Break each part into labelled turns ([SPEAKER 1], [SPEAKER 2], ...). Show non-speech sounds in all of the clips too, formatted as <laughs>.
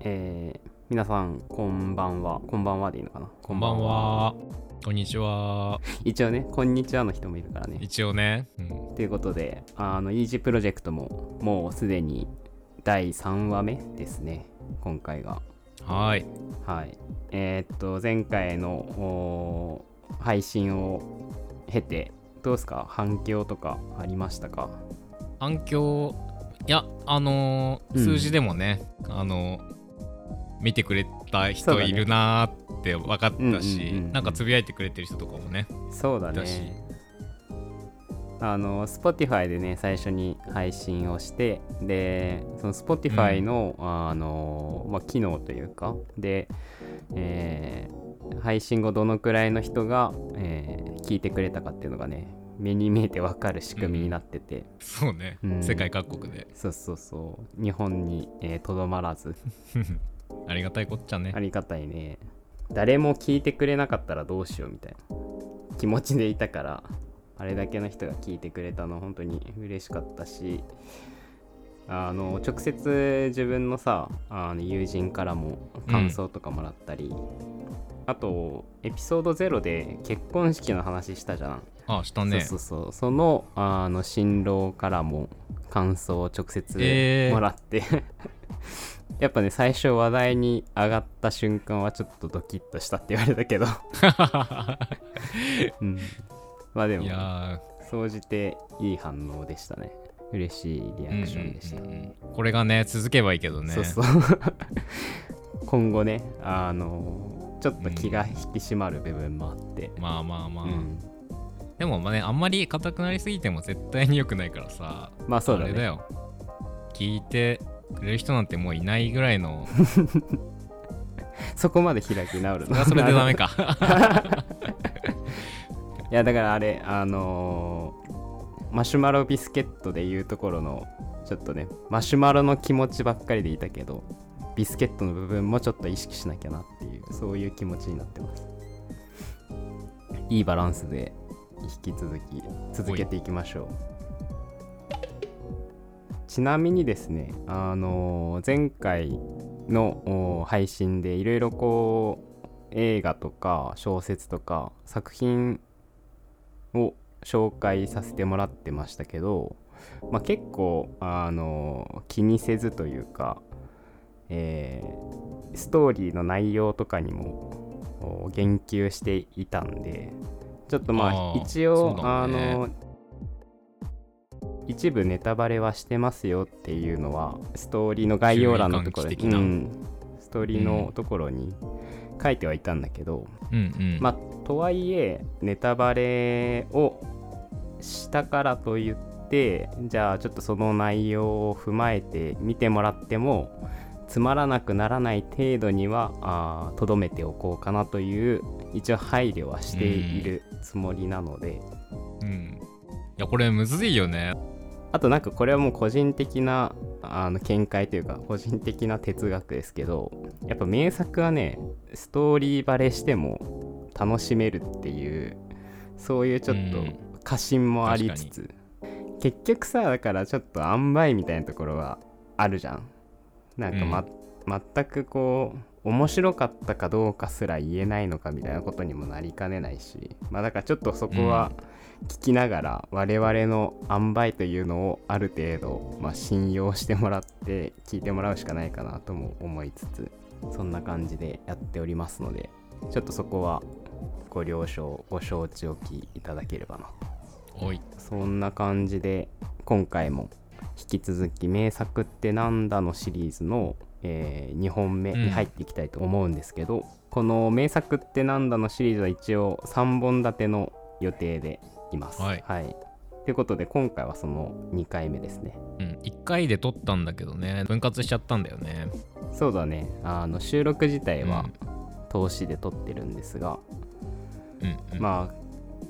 [SPEAKER 1] えー皆さんこんばんはこんばんはでいいのかな
[SPEAKER 2] こんばんは。こんにちは。
[SPEAKER 1] 一応ねこんにちはの人もいるからね
[SPEAKER 2] 一応ね。うん。
[SPEAKER 1] ということであの EG プロジェクトももうすでに第3話目ですね今回が
[SPEAKER 2] はーい。
[SPEAKER 1] はいえーっと前回のおー配信を経てどうですか反響とかありましたか
[SPEAKER 2] 反響、いや、あのー
[SPEAKER 1] うん
[SPEAKER 2] 数字でもね、あのー見てくれた
[SPEAKER 1] そう
[SPEAKER 2] 人
[SPEAKER 1] だね
[SPEAKER 2] いるなーって分かったし、
[SPEAKER 1] うんうんうんうん
[SPEAKER 2] なんかつぶやいてくれてる人とかもね。
[SPEAKER 1] そうだ
[SPEAKER 2] だし
[SPEAKER 1] ねあの Spotify でね最初に配信をしてでその Spotify の,、あのまあ、機能というかで、えー配信後どのくらいの人が、えー聞いてくれたかっていうのがね目に見えてわかる仕組みになってて、
[SPEAKER 2] そうね、
[SPEAKER 1] うん
[SPEAKER 2] 世界各国で。
[SPEAKER 1] そうそうそう日本にえーとど、まらず
[SPEAKER 2] ありがたいこっちゃね
[SPEAKER 1] あ。りがたいね誰も聞いてくれなかったらどうしようみたいな気持ちでいたからあれだけの人が聞いてくれたの本当に嬉しかったしあの直接自分のさあの友人からも感想とかもらったり、あとエピソード0で結婚式の話したじゃん
[SPEAKER 2] あ、したね。
[SPEAKER 1] そうそうそうそのあの新郎からも感想を直接
[SPEAKER 2] えー
[SPEAKER 1] もらって、 <laughs> やっぱね最初話題に上がった瞬間はちょっとドキッとしたって言われたけど、
[SPEAKER 2] <laughs>
[SPEAKER 1] うん、 <laughs> まあでも
[SPEAKER 2] いや
[SPEAKER 1] 総じていい反応でしたね嬉しいリ
[SPEAKER 2] ー、
[SPEAKER 1] アクションでした、
[SPEAKER 2] うんうんうんうんこれがね、続けばいいけどね。
[SPEAKER 1] そうそう <laughs> 今後ねあのちょっと気が引き締まる部分もあって、
[SPEAKER 2] まあまあまあ。
[SPEAKER 1] うん
[SPEAKER 2] でもまあね、あんまり硬くなりすぎても絶対に良くないからさ。
[SPEAKER 1] まあそうだ
[SPEAKER 2] あ
[SPEAKER 1] ね
[SPEAKER 2] れだよ聞いてくれる人なんてもういないぐらい
[SPEAKER 1] <laughs>
[SPEAKER 2] の
[SPEAKER 1] そこまで開き直る
[SPEAKER 2] それはそれでダ
[SPEAKER 1] <laughs>
[SPEAKER 2] メか
[SPEAKER 1] いやだからあれあのーマシュマロビスケットで言うところのちょっとねマシュマロの気持ちばっかりでいたけどビスケットの部分もちょっと意識しなきゃなっていうそういう気持ちになってますいいバランスで引き続き続けていきましょうちなみにですねあのー前回のお配信でいろいろこう映画とか小説とか作品を紹介させてもらってましたけど、まあ、結構あの気にせずというか、えーストーリーの内容とかにもお言及していたんでちょっとま
[SPEAKER 2] あ
[SPEAKER 1] あ
[SPEAKER 2] ー
[SPEAKER 1] 一
[SPEAKER 2] そ
[SPEAKER 1] 応
[SPEAKER 2] う、
[SPEAKER 1] あ
[SPEAKER 2] だもんね
[SPEAKER 1] の一部ネタバレはしてますよっていうのはストーリーの概要欄のところに、
[SPEAKER 2] 注意喚起的な
[SPEAKER 1] うんストーリーのところに書いてはいたんだけど、
[SPEAKER 2] <laughs> うんうん
[SPEAKER 1] まあとはいえネタバレをしたからといってじゃあちょっとその内容を踏まえて見てもらってもつまらなくならない程度にはあーとどめておこうかなという一応配慮はしているつもりなので、
[SPEAKER 2] うんいやこれむずいよね
[SPEAKER 1] あとなんかこれはもう個人的なあの見解というか個人的な哲学ですけどやっぱ名作はねストーリーバレしても楽しめるっていうそういうちょっ
[SPEAKER 2] う
[SPEAKER 1] と
[SPEAKER 2] ん
[SPEAKER 1] 過信もありつつ、結局さだからちょっと塩梅みたいなところはあるじゃんなんか、ま全くこう面白かったかどうかすら言えないのかみたいなことにもなりかねないしまあだからちょっとそこは聞きながら我々の塩梅というのをある程度、まあ、信用してもらって聞いてもらうしかないかなとも思いつつそんな感じでやっておりますのでちょっとそこはご了承ご承知おきいただければなと
[SPEAKER 2] おい
[SPEAKER 1] そんな感じで今回も引き続き「名作ってなんだ?」のシリーズの、え2本目に入っていきたいと思うんですけど、この「名作ってなんだ?」のシリーズは一応3本立ての予定でいます。
[SPEAKER 2] はい
[SPEAKER 1] ということで今回はその2回目ですね。
[SPEAKER 2] うん、1回で撮ったんだけどね分割しちゃったんだよね
[SPEAKER 1] そうだねあの収録自体は
[SPEAKER 2] うん
[SPEAKER 1] 投資で撮ってるんですが、
[SPEAKER 2] うん、うん、
[SPEAKER 1] まあ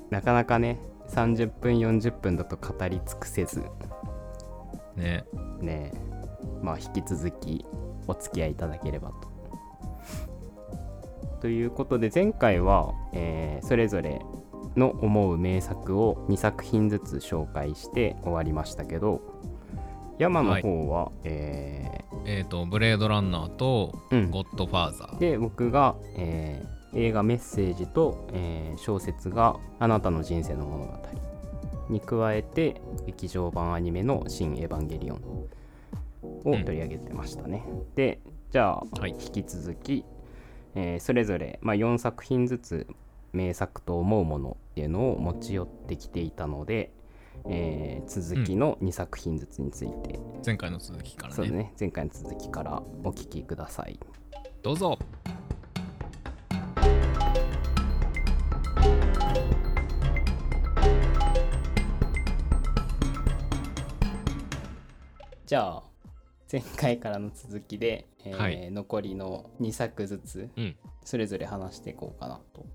[SPEAKER 1] なかなかね30分40分だと語り尽くせず
[SPEAKER 2] ね
[SPEAKER 1] ねえまあ引き続きお付き合いいただければと。ということで前回は、えーそれぞれの思う名作を2作品ずつ紹介して終わりましたけど山の方は、えー
[SPEAKER 2] えっ、と、ブレードランナーと、
[SPEAKER 1] うん
[SPEAKER 2] ゴッドファーザー。
[SPEAKER 1] で僕が、えー映画「メッセージと」えー小説が「あなたの人生の物語」に加えて劇場版アニメの「新エヴァンゲリオン」を取り上げてましたね、でじゃあ、
[SPEAKER 2] はい
[SPEAKER 1] 引き続き、えーそれぞれ、まあ、4作品ずつ名作と思うものっていうのを持ち寄ってきていたので、えー続きの2作品ずつについて、
[SPEAKER 2] 前回の続きから
[SPEAKER 1] そう
[SPEAKER 2] ね。
[SPEAKER 1] だね前回の続きからお聞きください
[SPEAKER 2] どうぞ。
[SPEAKER 1] じゃあ前回からの続きで、えー
[SPEAKER 2] はい
[SPEAKER 1] 残りの2作ずつ
[SPEAKER 2] うん。
[SPEAKER 1] それぞれ話していこうかなと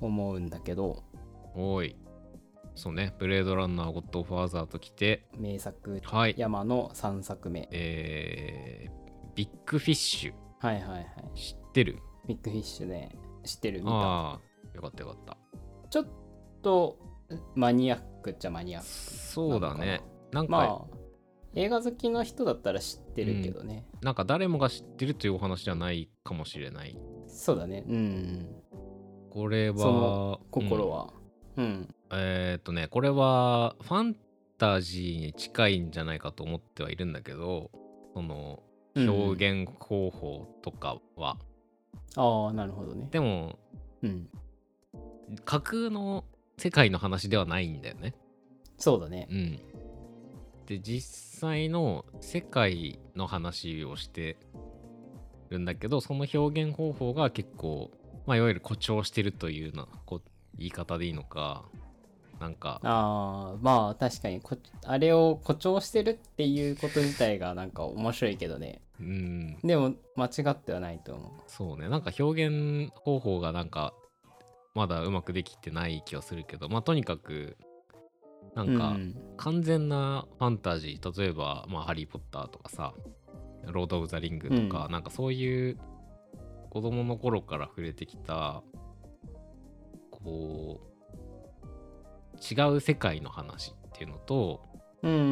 [SPEAKER 1] 思うんだけど
[SPEAKER 2] おーい。そうね。ブレードランナー、ゴッドファーザーと来て、
[SPEAKER 1] 名作
[SPEAKER 2] はい。
[SPEAKER 1] 山の3作目
[SPEAKER 2] えー、ビッグフィッシュ。
[SPEAKER 1] はいはいはい
[SPEAKER 2] 知ってる
[SPEAKER 1] ビッグフィッシュね知ってる見た
[SPEAKER 2] ああ、よかったよかった。
[SPEAKER 1] ちょっとマニアックっちゃマニアック
[SPEAKER 2] そうだね。なんか、
[SPEAKER 1] まあ映画好きの人だったら知ってるけどね、
[SPEAKER 2] なんか誰もが知ってるというお話じゃないかもしれない。
[SPEAKER 1] そうだねうん
[SPEAKER 2] これは、
[SPEAKER 1] その心
[SPEAKER 2] うん
[SPEAKER 1] はうん、
[SPEAKER 2] えーっとね、これはファンタジーに近いんじゃないかと思ってはいるんだけど、その
[SPEAKER 1] うん
[SPEAKER 2] 表現方法とかは。
[SPEAKER 1] ああなるほどね
[SPEAKER 2] でも、
[SPEAKER 1] うん
[SPEAKER 2] 架空の世界の話ではないんだよね。
[SPEAKER 1] そうだね
[SPEAKER 2] うん。で、実際の世界の話をしてるんだけど、その表現方法が結構、まあ、いわゆる誇張してるというようなこう言い方でいいのか、なんか、
[SPEAKER 1] ああまあ確かにこあれを誇張してるっていうこと自体がなんか面白いけどね
[SPEAKER 2] うん、
[SPEAKER 1] でも間違ってはないと思
[SPEAKER 2] そうね、なんか表現方法がなんか、まだうまくできてない気はするけど、まあ、とにかく、な
[SPEAKER 1] うん
[SPEAKER 2] か、
[SPEAKER 1] うん
[SPEAKER 2] 完全なファンタジー例えば「まあ、ハリー・ポッター」とかさ「ロード・オブ・ザ・リング」とか、
[SPEAKER 1] う
[SPEAKER 2] なんかそういう子供の頃から触れてきたこう違う世界の話っていうのと、
[SPEAKER 1] うんうん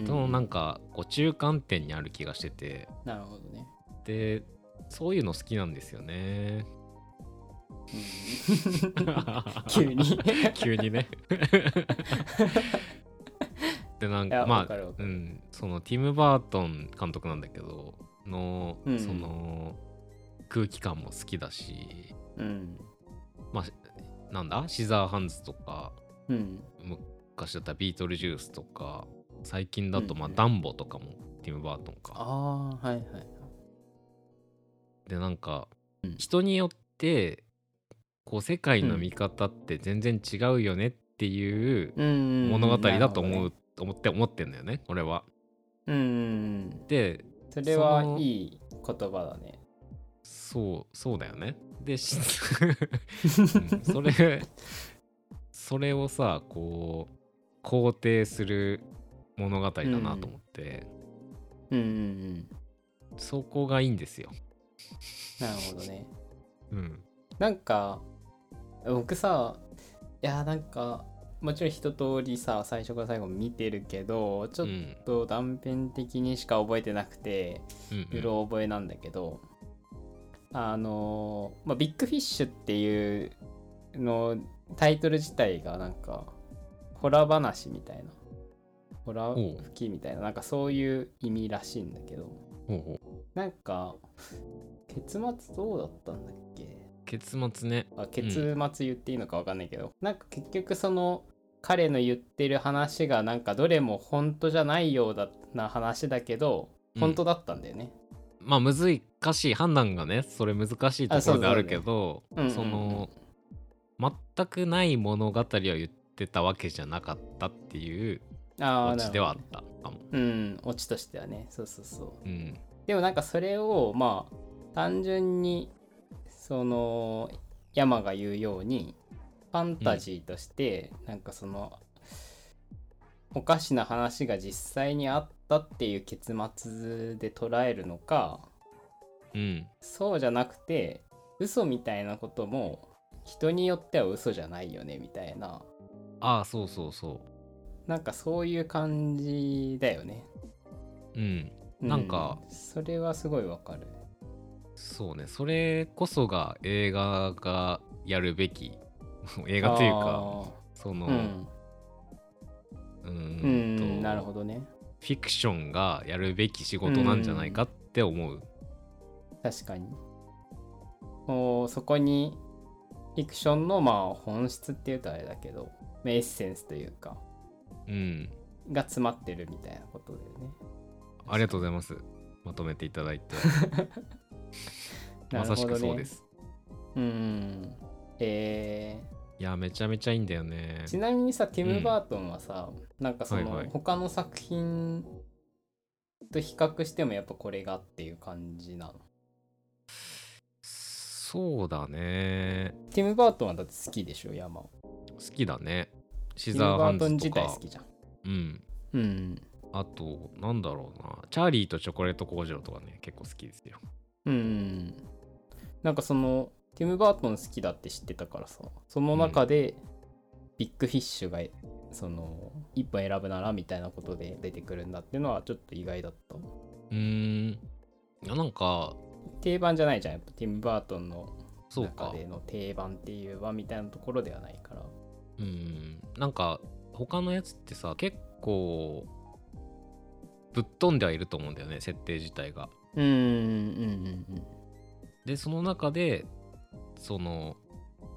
[SPEAKER 1] うん
[SPEAKER 2] そのなんかこう中間点にある気がしてて
[SPEAKER 1] なるほどね、
[SPEAKER 2] でそういうの好きなんですよね
[SPEAKER 1] うん <laughs> 急
[SPEAKER 2] <laughs>
[SPEAKER 1] に
[SPEAKER 2] 急にね <laughs> でなん
[SPEAKER 1] いや
[SPEAKER 2] かま
[SPEAKER 1] わかる
[SPEAKER 2] あ
[SPEAKER 1] わか
[SPEAKER 2] う
[SPEAKER 1] る
[SPEAKER 2] んそのティム・バートン監督なんだけどの、
[SPEAKER 1] うん
[SPEAKER 2] その空気感も好きだし
[SPEAKER 1] うん
[SPEAKER 2] まあなんだシザーハンズとか
[SPEAKER 1] うん
[SPEAKER 2] 昔だったらビートルジュースとか最近だとまあ
[SPEAKER 1] うんうん
[SPEAKER 2] ダンボとかもティム・バートンか
[SPEAKER 1] ああはいはい
[SPEAKER 2] でなんか
[SPEAKER 1] うん
[SPEAKER 2] 人によってこう世界の見方って全然違うよねっていう
[SPEAKER 1] うんうんうん
[SPEAKER 2] 物語だと思う、
[SPEAKER 1] なる
[SPEAKER 2] 思って思ってんだよね俺は。
[SPEAKER 1] ほどねうんうんうん
[SPEAKER 2] で
[SPEAKER 1] それ
[SPEAKER 2] その
[SPEAKER 1] はいい言葉だね
[SPEAKER 2] そうそうだよね。
[SPEAKER 1] <laughs>
[SPEAKER 2] でしうんそれそれをさこう肯定する物語だなと思って、
[SPEAKER 1] うんうんうん
[SPEAKER 2] そこがいいんですよ。
[SPEAKER 1] なるほどね
[SPEAKER 2] うん、
[SPEAKER 1] なんか僕さいやなんかもちろん一通りさ最初から最後見てるけどちょっ
[SPEAKER 2] うん
[SPEAKER 1] と断片的にしか覚えてなくて
[SPEAKER 2] うん
[SPEAKER 1] うろ覚えなんだけど、あのーまあ、ビッグフィッシュっていうのタイトル自体がなんかホラー話みたいなホラ
[SPEAKER 2] おう
[SPEAKER 1] ー吹きみたいななんかそういう意味らしいんだけど
[SPEAKER 2] ほうほう
[SPEAKER 1] なんか結末どうだったんだっけ
[SPEAKER 2] 結末ね。
[SPEAKER 1] あ結末言っていいのか分かんないけど、なんか結局その彼の言ってる話がなんかどれも本当じゃないようだな話だけど
[SPEAKER 2] うん
[SPEAKER 1] 本当だったんだよね。
[SPEAKER 2] まあ難しい判断がねそれ難しいと
[SPEAKER 1] あ
[SPEAKER 2] こ
[SPEAKER 1] そう
[SPEAKER 2] ろであるけど
[SPEAKER 1] そうね
[SPEAKER 2] その全くない物語を言ってたわけじゃなかったっていう
[SPEAKER 1] ああ
[SPEAKER 2] オ
[SPEAKER 1] な
[SPEAKER 2] チ
[SPEAKER 1] る
[SPEAKER 2] ではあ
[SPEAKER 1] ほ
[SPEAKER 2] っ
[SPEAKER 1] ど
[SPEAKER 2] たかも。
[SPEAKER 1] うんオチとしてはねそうそうそう。
[SPEAKER 2] うん
[SPEAKER 1] でもなんかそれをまあ単純にその山が言うようにファンタジーとしてなんかそのおかしな話が実際にあったっていう結末で捉えるのか
[SPEAKER 2] うん
[SPEAKER 1] そうじゃなくて嘘みたいなことも人によっては嘘じゃないよねみたいな
[SPEAKER 2] ああそうそうそ
[SPEAKER 1] なんかそういう感じだよね
[SPEAKER 2] ううんなんか
[SPEAKER 1] うそれはすごいわかる
[SPEAKER 2] そうねそれこそが映画がやるべき <laughs> 映画というかそ
[SPEAKER 1] あ
[SPEAKER 2] の
[SPEAKER 1] ーうん
[SPEAKER 2] うー
[SPEAKER 1] うん
[SPEAKER 2] と
[SPEAKER 1] んなるほどね
[SPEAKER 2] フィクションがやるべき仕事なんじゃないかって思う
[SPEAKER 1] 確かにおーそこにフィクションのまあ本質っていうとあれだけどまあエッセンスというか
[SPEAKER 2] うん、
[SPEAKER 1] が詰まってるみたいなことだよね
[SPEAKER 2] ありがとうございますまとめていた
[SPEAKER 1] <laughs>
[SPEAKER 2] だいて
[SPEAKER 1] なるほど
[SPEAKER 2] ま
[SPEAKER 1] ね
[SPEAKER 2] さしくそうです
[SPEAKER 1] うんえ
[SPEAKER 2] いやめちゃめちゃいいんだよね
[SPEAKER 1] ー、ちなみにさティム・バートンはさ、なんかそ
[SPEAKER 2] はいは
[SPEAKER 1] の
[SPEAKER 2] い
[SPEAKER 1] 他の作品と比較してもやっぱこれがっていう感じなの
[SPEAKER 2] そうだね
[SPEAKER 1] ティム・バートンはだって好きでしょ山を
[SPEAKER 2] 好きだねシ
[SPEAKER 1] ティ
[SPEAKER 2] ザー
[SPEAKER 1] ム・バ
[SPEAKER 2] ハ
[SPEAKER 1] ー
[SPEAKER 2] ン
[SPEAKER 1] トン
[SPEAKER 2] ズ
[SPEAKER 1] 自
[SPEAKER 2] と
[SPEAKER 1] 体
[SPEAKER 2] か
[SPEAKER 1] 好きじゃん
[SPEAKER 2] うん
[SPEAKER 1] うん
[SPEAKER 2] あとなんだろうなチャーリーとチョコレート工場とかね結構好きですよ
[SPEAKER 1] うんなんかそのティム・バートン好きだって知ってたからさその中で、ビッグフィッシュがその一本選ぶならみたいなことで出てくるんだっていうのはちょっと意外だった
[SPEAKER 2] うーんいやなんか
[SPEAKER 1] 定番じゃないじゃんやっぱティム・バートンの
[SPEAKER 2] そう
[SPEAKER 1] 中
[SPEAKER 2] か
[SPEAKER 1] での定番っていう場みたいなところではないから
[SPEAKER 2] うんなんか他のやつってさ結構ぶっ飛んではいると思うんだよね設定自体が
[SPEAKER 1] うんうんうん
[SPEAKER 2] でその中でその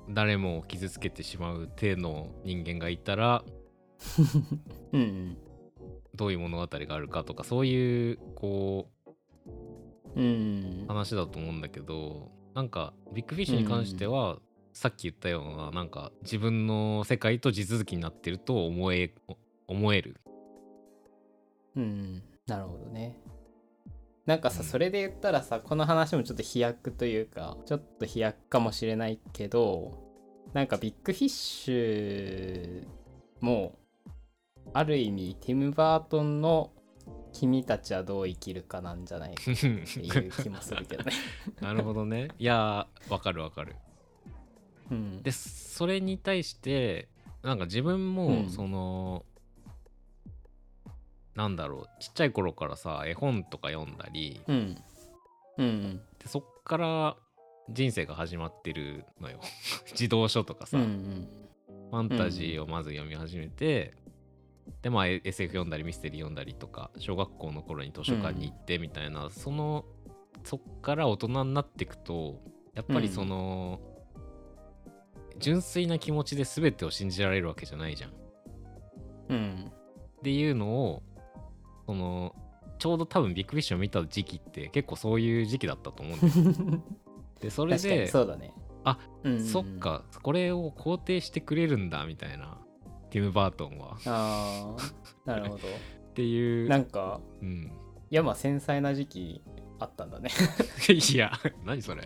[SPEAKER 2] 誰もを傷つけてしまう体の人間がいたら
[SPEAKER 1] うんうん
[SPEAKER 2] どういう物語があるかとかそういうこう
[SPEAKER 1] うんうん
[SPEAKER 2] 話だと思うんだけどなんかビッグフィッシュに関しては、さっき言ったようななんか自分の世界と地続きになってると思え思える
[SPEAKER 1] うんなるほどねなんかさ
[SPEAKER 2] うん
[SPEAKER 1] それで言ったらさこの話もちょっと飛躍というかちょっと飛躍かもしれないけどなんかビッグフィッシュもある意味ティム・バートンの「君たちはどう生きるか」なんじゃないかっていう気もするけ <laughs> どね。
[SPEAKER 2] <laughs> なるほどねいやーわかるわかる
[SPEAKER 1] うん、
[SPEAKER 2] でそれに対してなんか自分
[SPEAKER 1] うん
[SPEAKER 2] もその、なんだろうちっちゃい頃からさ絵本とか読んだり
[SPEAKER 1] うん。うん。
[SPEAKER 2] でそっから人生が始まってるのよ <laughs> 児童書とか
[SPEAKER 1] う
[SPEAKER 2] さ、
[SPEAKER 1] ん。
[SPEAKER 2] ファンタジーをまず読み始めて、でまあ SF 読んだりミステリー読んだりとか小学校の頃に図書館に行ってみたいな、そのそっから大人になっていくとやっぱりその、純粋な気持ちで全てを信じられるわけじゃないじゃん。っ
[SPEAKER 1] うん。
[SPEAKER 2] ていうのをそのちょうど多分ビッグフィッシュを見た時期って結構そういう時期だったと思うんだよ。
[SPEAKER 1] <laughs>
[SPEAKER 2] でそれ
[SPEAKER 1] 確かに
[SPEAKER 2] で
[SPEAKER 1] そうだね。
[SPEAKER 2] あ
[SPEAKER 1] うんうん
[SPEAKER 2] そっ。かこれを肯定してくれるんだみたいなティム・バートンは。
[SPEAKER 1] ああ、なるほど。
[SPEAKER 2] <laughs> っていう
[SPEAKER 1] なんか、
[SPEAKER 2] うん、
[SPEAKER 1] いやまあ繊細な時期あったんだね。
[SPEAKER 2] <laughs> いや何 <laughs> それ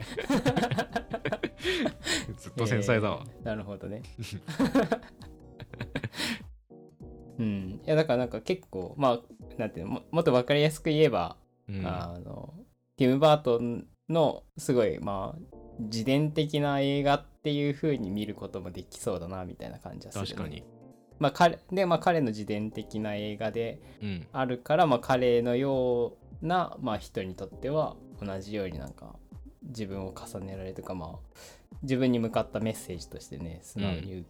[SPEAKER 2] ずっと繊細だわ、
[SPEAKER 1] えーなるほど
[SPEAKER 2] <laughs>
[SPEAKER 1] ね。うん。いやだからなんか結構、まあ、なんていうの、ももっとわかりやすく言えば、
[SPEAKER 2] うん
[SPEAKER 1] あの、ティム・バートンのすごい、まあ、自伝的な映画っていう風に見ることもできそうだなみたいな感じはする、ね。
[SPEAKER 2] 確かに、
[SPEAKER 1] まあ、彼で、まあ、彼の自伝的な映画で
[SPEAKER 2] うん、
[SPEAKER 1] あるから、まあ、彼のような、まあ、人にとっては同じようになんか自分を重ねられるとか、まあ、自分に向かったメッセージとしてね素直にう、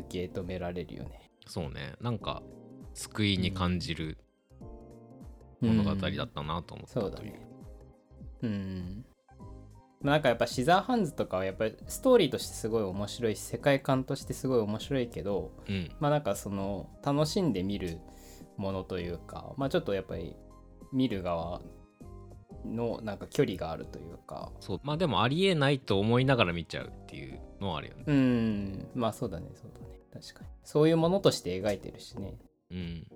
[SPEAKER 1] 受け止められるよね。
[SPEAKER 2] そうねなんか救いに感じる物語だ
[SPEAKER 1] うん
[SPEAKER 2] ったなと思った
[SPEAKER 1] そうだ
[SPEAKER 2] という
[SPEAKER 1] ね。うん。まあなんかやっぱシザーハンズとかはやっぱりストーリーとしてすごい面白いし世界観としてすごい面白いけど、
[SPEAKER 2] うん
[SPEAKER 1] まあなんかその楽しんで見るものというかまあちょっとやっぱり見る側のなんか距離があるというか
[SPEAKER 2] そうまあでもありえないと思いながら見ちゃうっていうのはあるよね
[SPEAKER 1] うんまあそうだねそうだね確かにそういうものとして描いてるしね
[SPEAKER 2] うん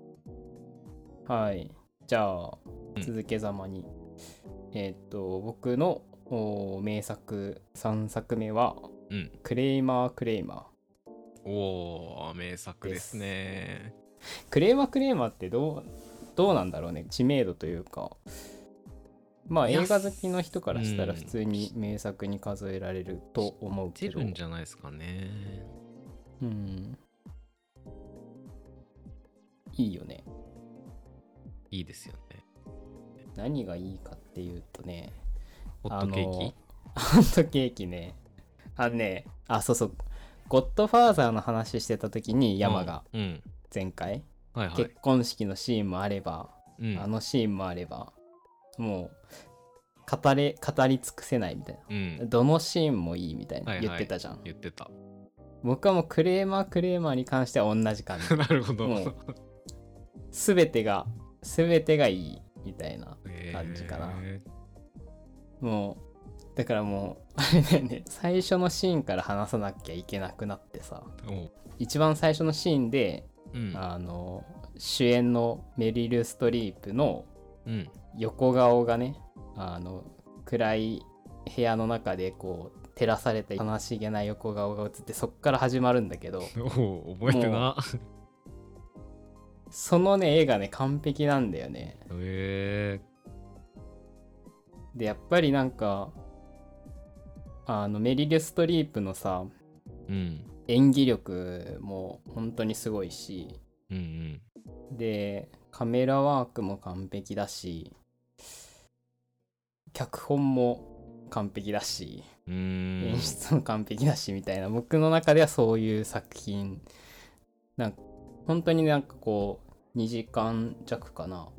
[SPEAKER 1] はいじゃあ
[SPEAKER 2] うん
[SPEAKER 1] 続けざまに、えーっと僕のおー名作3作目は
[SPEAKER 2] うん
[SPEAKER 1] 「クレイマークレイマー」
[SPEAKER 2] おー名作ですね
[SPEAKER 1] クレーマークレーマーってどうどうなんだろうね知名度というかまあ
[SPEAKER 2] いや
[SPEAKER 1] 映画好きの人からしたら
[SPEAKER 2] うん
[SPEAKER 1] 普通に名作に数えられると思うけ
[SPEAKER 2] 出
[SPEAKER 1] ど、
[SPEAKER 2] るんじゃないですかね
[SPEAKER 1] うん、いいよね
[SPEAKER 2] いいですよね
[SPEAKER 1] 何がいいかっていうとね
[SPEAKER 2] ホットケーキ
[SPEAKER 1] あのホットケーキねあのねあそうそうゴッドファーザーの話してた時に山が
[SPEAKER 2] うん、うん
[SPEAKER 1] 前回、
[SPEAKER 2] はいはい
[SPEAKER 1] 結婚式のシーンもあれば、
[SPEAKER 2] うん
[SPEAKER 1] あのシーンもあればもう語れ語り尽くせないみたい
[SPEAKER 2] うん
[SPEAKER 1] などのシーンもいいみたいな
[SPEAKER 2] はいはい
[SPEAKER 1] 言ってたじゃん、
[SPEAKER 2] 言ってた <laughs>
[SPEAKER 1] 僕はもうクレーマークレーマーに関しては同じ感じ
[SPEAKER 2] なるほど、
[SPEAKER 1] もう全てが全てがいいみたいな感じかな
[SPEAKER 2] え
[SPEAKER 1] もうだからもうあれだよね最初のシーンから話さなきゃいけなくなってさ
[SPEAKER 2] ーおう
[SPEAKER 1] 一番最初のシーンで、
[SPEAKER 2] うん
[SPEAKER 1] あの主演のメリル・ストリープの <laughs>
[SPEAKER 2] うん
[SPEAKER 1] 横顔がねあの暗い部屋の中でこう照らされた悲しげな横顔が映ってそっから始まるんだけど
[SPEAKER 2] おう覚えてな
[SPEAKER 1] そのね絵がね完璧なんだよね
[SPEAKER 2] へえ
[SPEAKER 1] でやっぱりなんかあのメリル・ストリープのさ
[SPEAKER 2] うん
[SPEAKER 1] 演技力も本当にすごいし
[SPEAKER 2] うんうん
[SPEAKER 1] でカメラワークも完璧だし脚本も完璧だし
[SPEAKER 2] うーん
[SPEAKER 1] 演出も完璧だしみたいな僕の中ではそういう作品なんか本当になんかこう2時間弱かな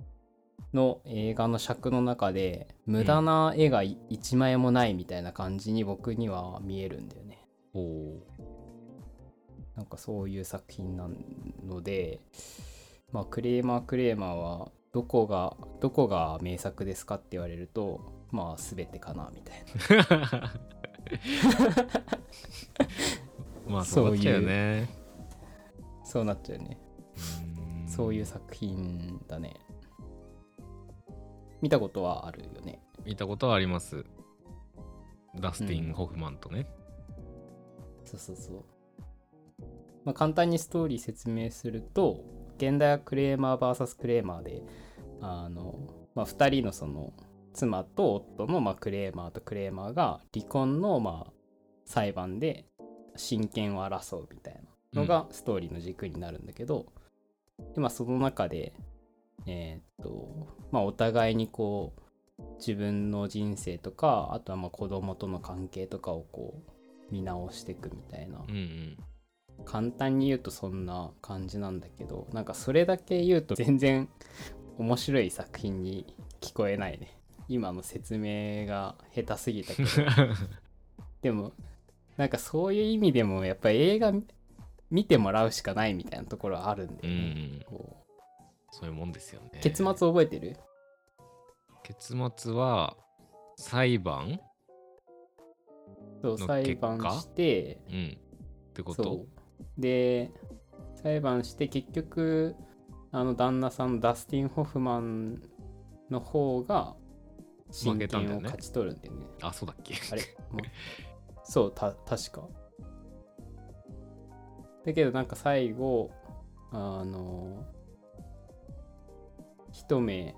[SPEAKER 1] の映画の尺の中で無駄な絵が1枚もないみたいな感じに僕には見えるんだよね
[SPEAKER 2] おう
[SPEAKER 1] なんかそういう作品なのでまあクレーマークレーマーはどこがどこが名作ですかって言われるとまあ全てかなみたいな
[SPEAKER 2] まあ
[SPEAKER 1] そ
[SPEAKER 2] そう
[SPEAKER 1] いう
[SPEAKER 2] うだよね
[SPEAKER 1] そうなっちゃうね
[SPEAKER 2] ーん
[SPEAKER 1] そういう作品だね。見たことはあるよね。
[SPEAKER 2] 見たことはありますダスティ
[SPEAKER 1] うん
[SPEAKER 2] ン・ホフマンとね、
[SPEAKER 1] そうそうそう。まあ、簡単にストーリー説明すると、現代はクレーマー VS クレーマーで、あの、まあ、2人のその、妻と夫のまあクレーマーとクレーマーが離婚のまあ裁判で親権を争うみたいな。のがストーリーの軸になるんだけど、でまあその中でえーっとまあお互いにこう自分の人生とかあとはまあ子供との関係とかをこう見直していくみたいな
[SPEAKER 2] うんうん
[SPEAKER 1] 簡単に言うとそんな感じなんだけどなんかそれだけ言うと全然面白い作品に聞こえないね今の説明が下手すぎ <laughs> たけどでもなんかそういう意味でもやっぱり映画見てもらうしかないみたいなところはあるん
[SPEAKER 2] う
[SPEAKER 1] で、
[SPEAKER 2] んう
[SPEAKER 1] ね
[SPEAKER 2] ん
[SPEAKER 1] こ
[SPEAKER 2] そういうもんですよね
[SPEAKER 1] う結末覚えてる、
[SPEAKER 2] 結末は裁判
[SPEAKER 1] そう
[SPEAKER 2] の
[SPEAKER 1] 裁判
[SPEAKER 2] 結果
[SPEAKER 1] して
[SPEAKER 2] うんってこ
[SPEAKER 1] そ
[SPEAKER 2] と
[SPEAKER 1] うで裁判して結局あの旦那さんのダスティン・ホフマンの方が親
[SPEAKER 2] 負けたんだ
[SPEAKER 1] 権
[SPEAKER 2] よ
[SPEAKER 1] を
[SPEAKER 2] ね
[SPEAKER 1] 勝ち取るんだよね
[SPEAKER 2] あそうだっけ
[SPEAKER 1] あれもうそうた確かだけどなんか最後あの一目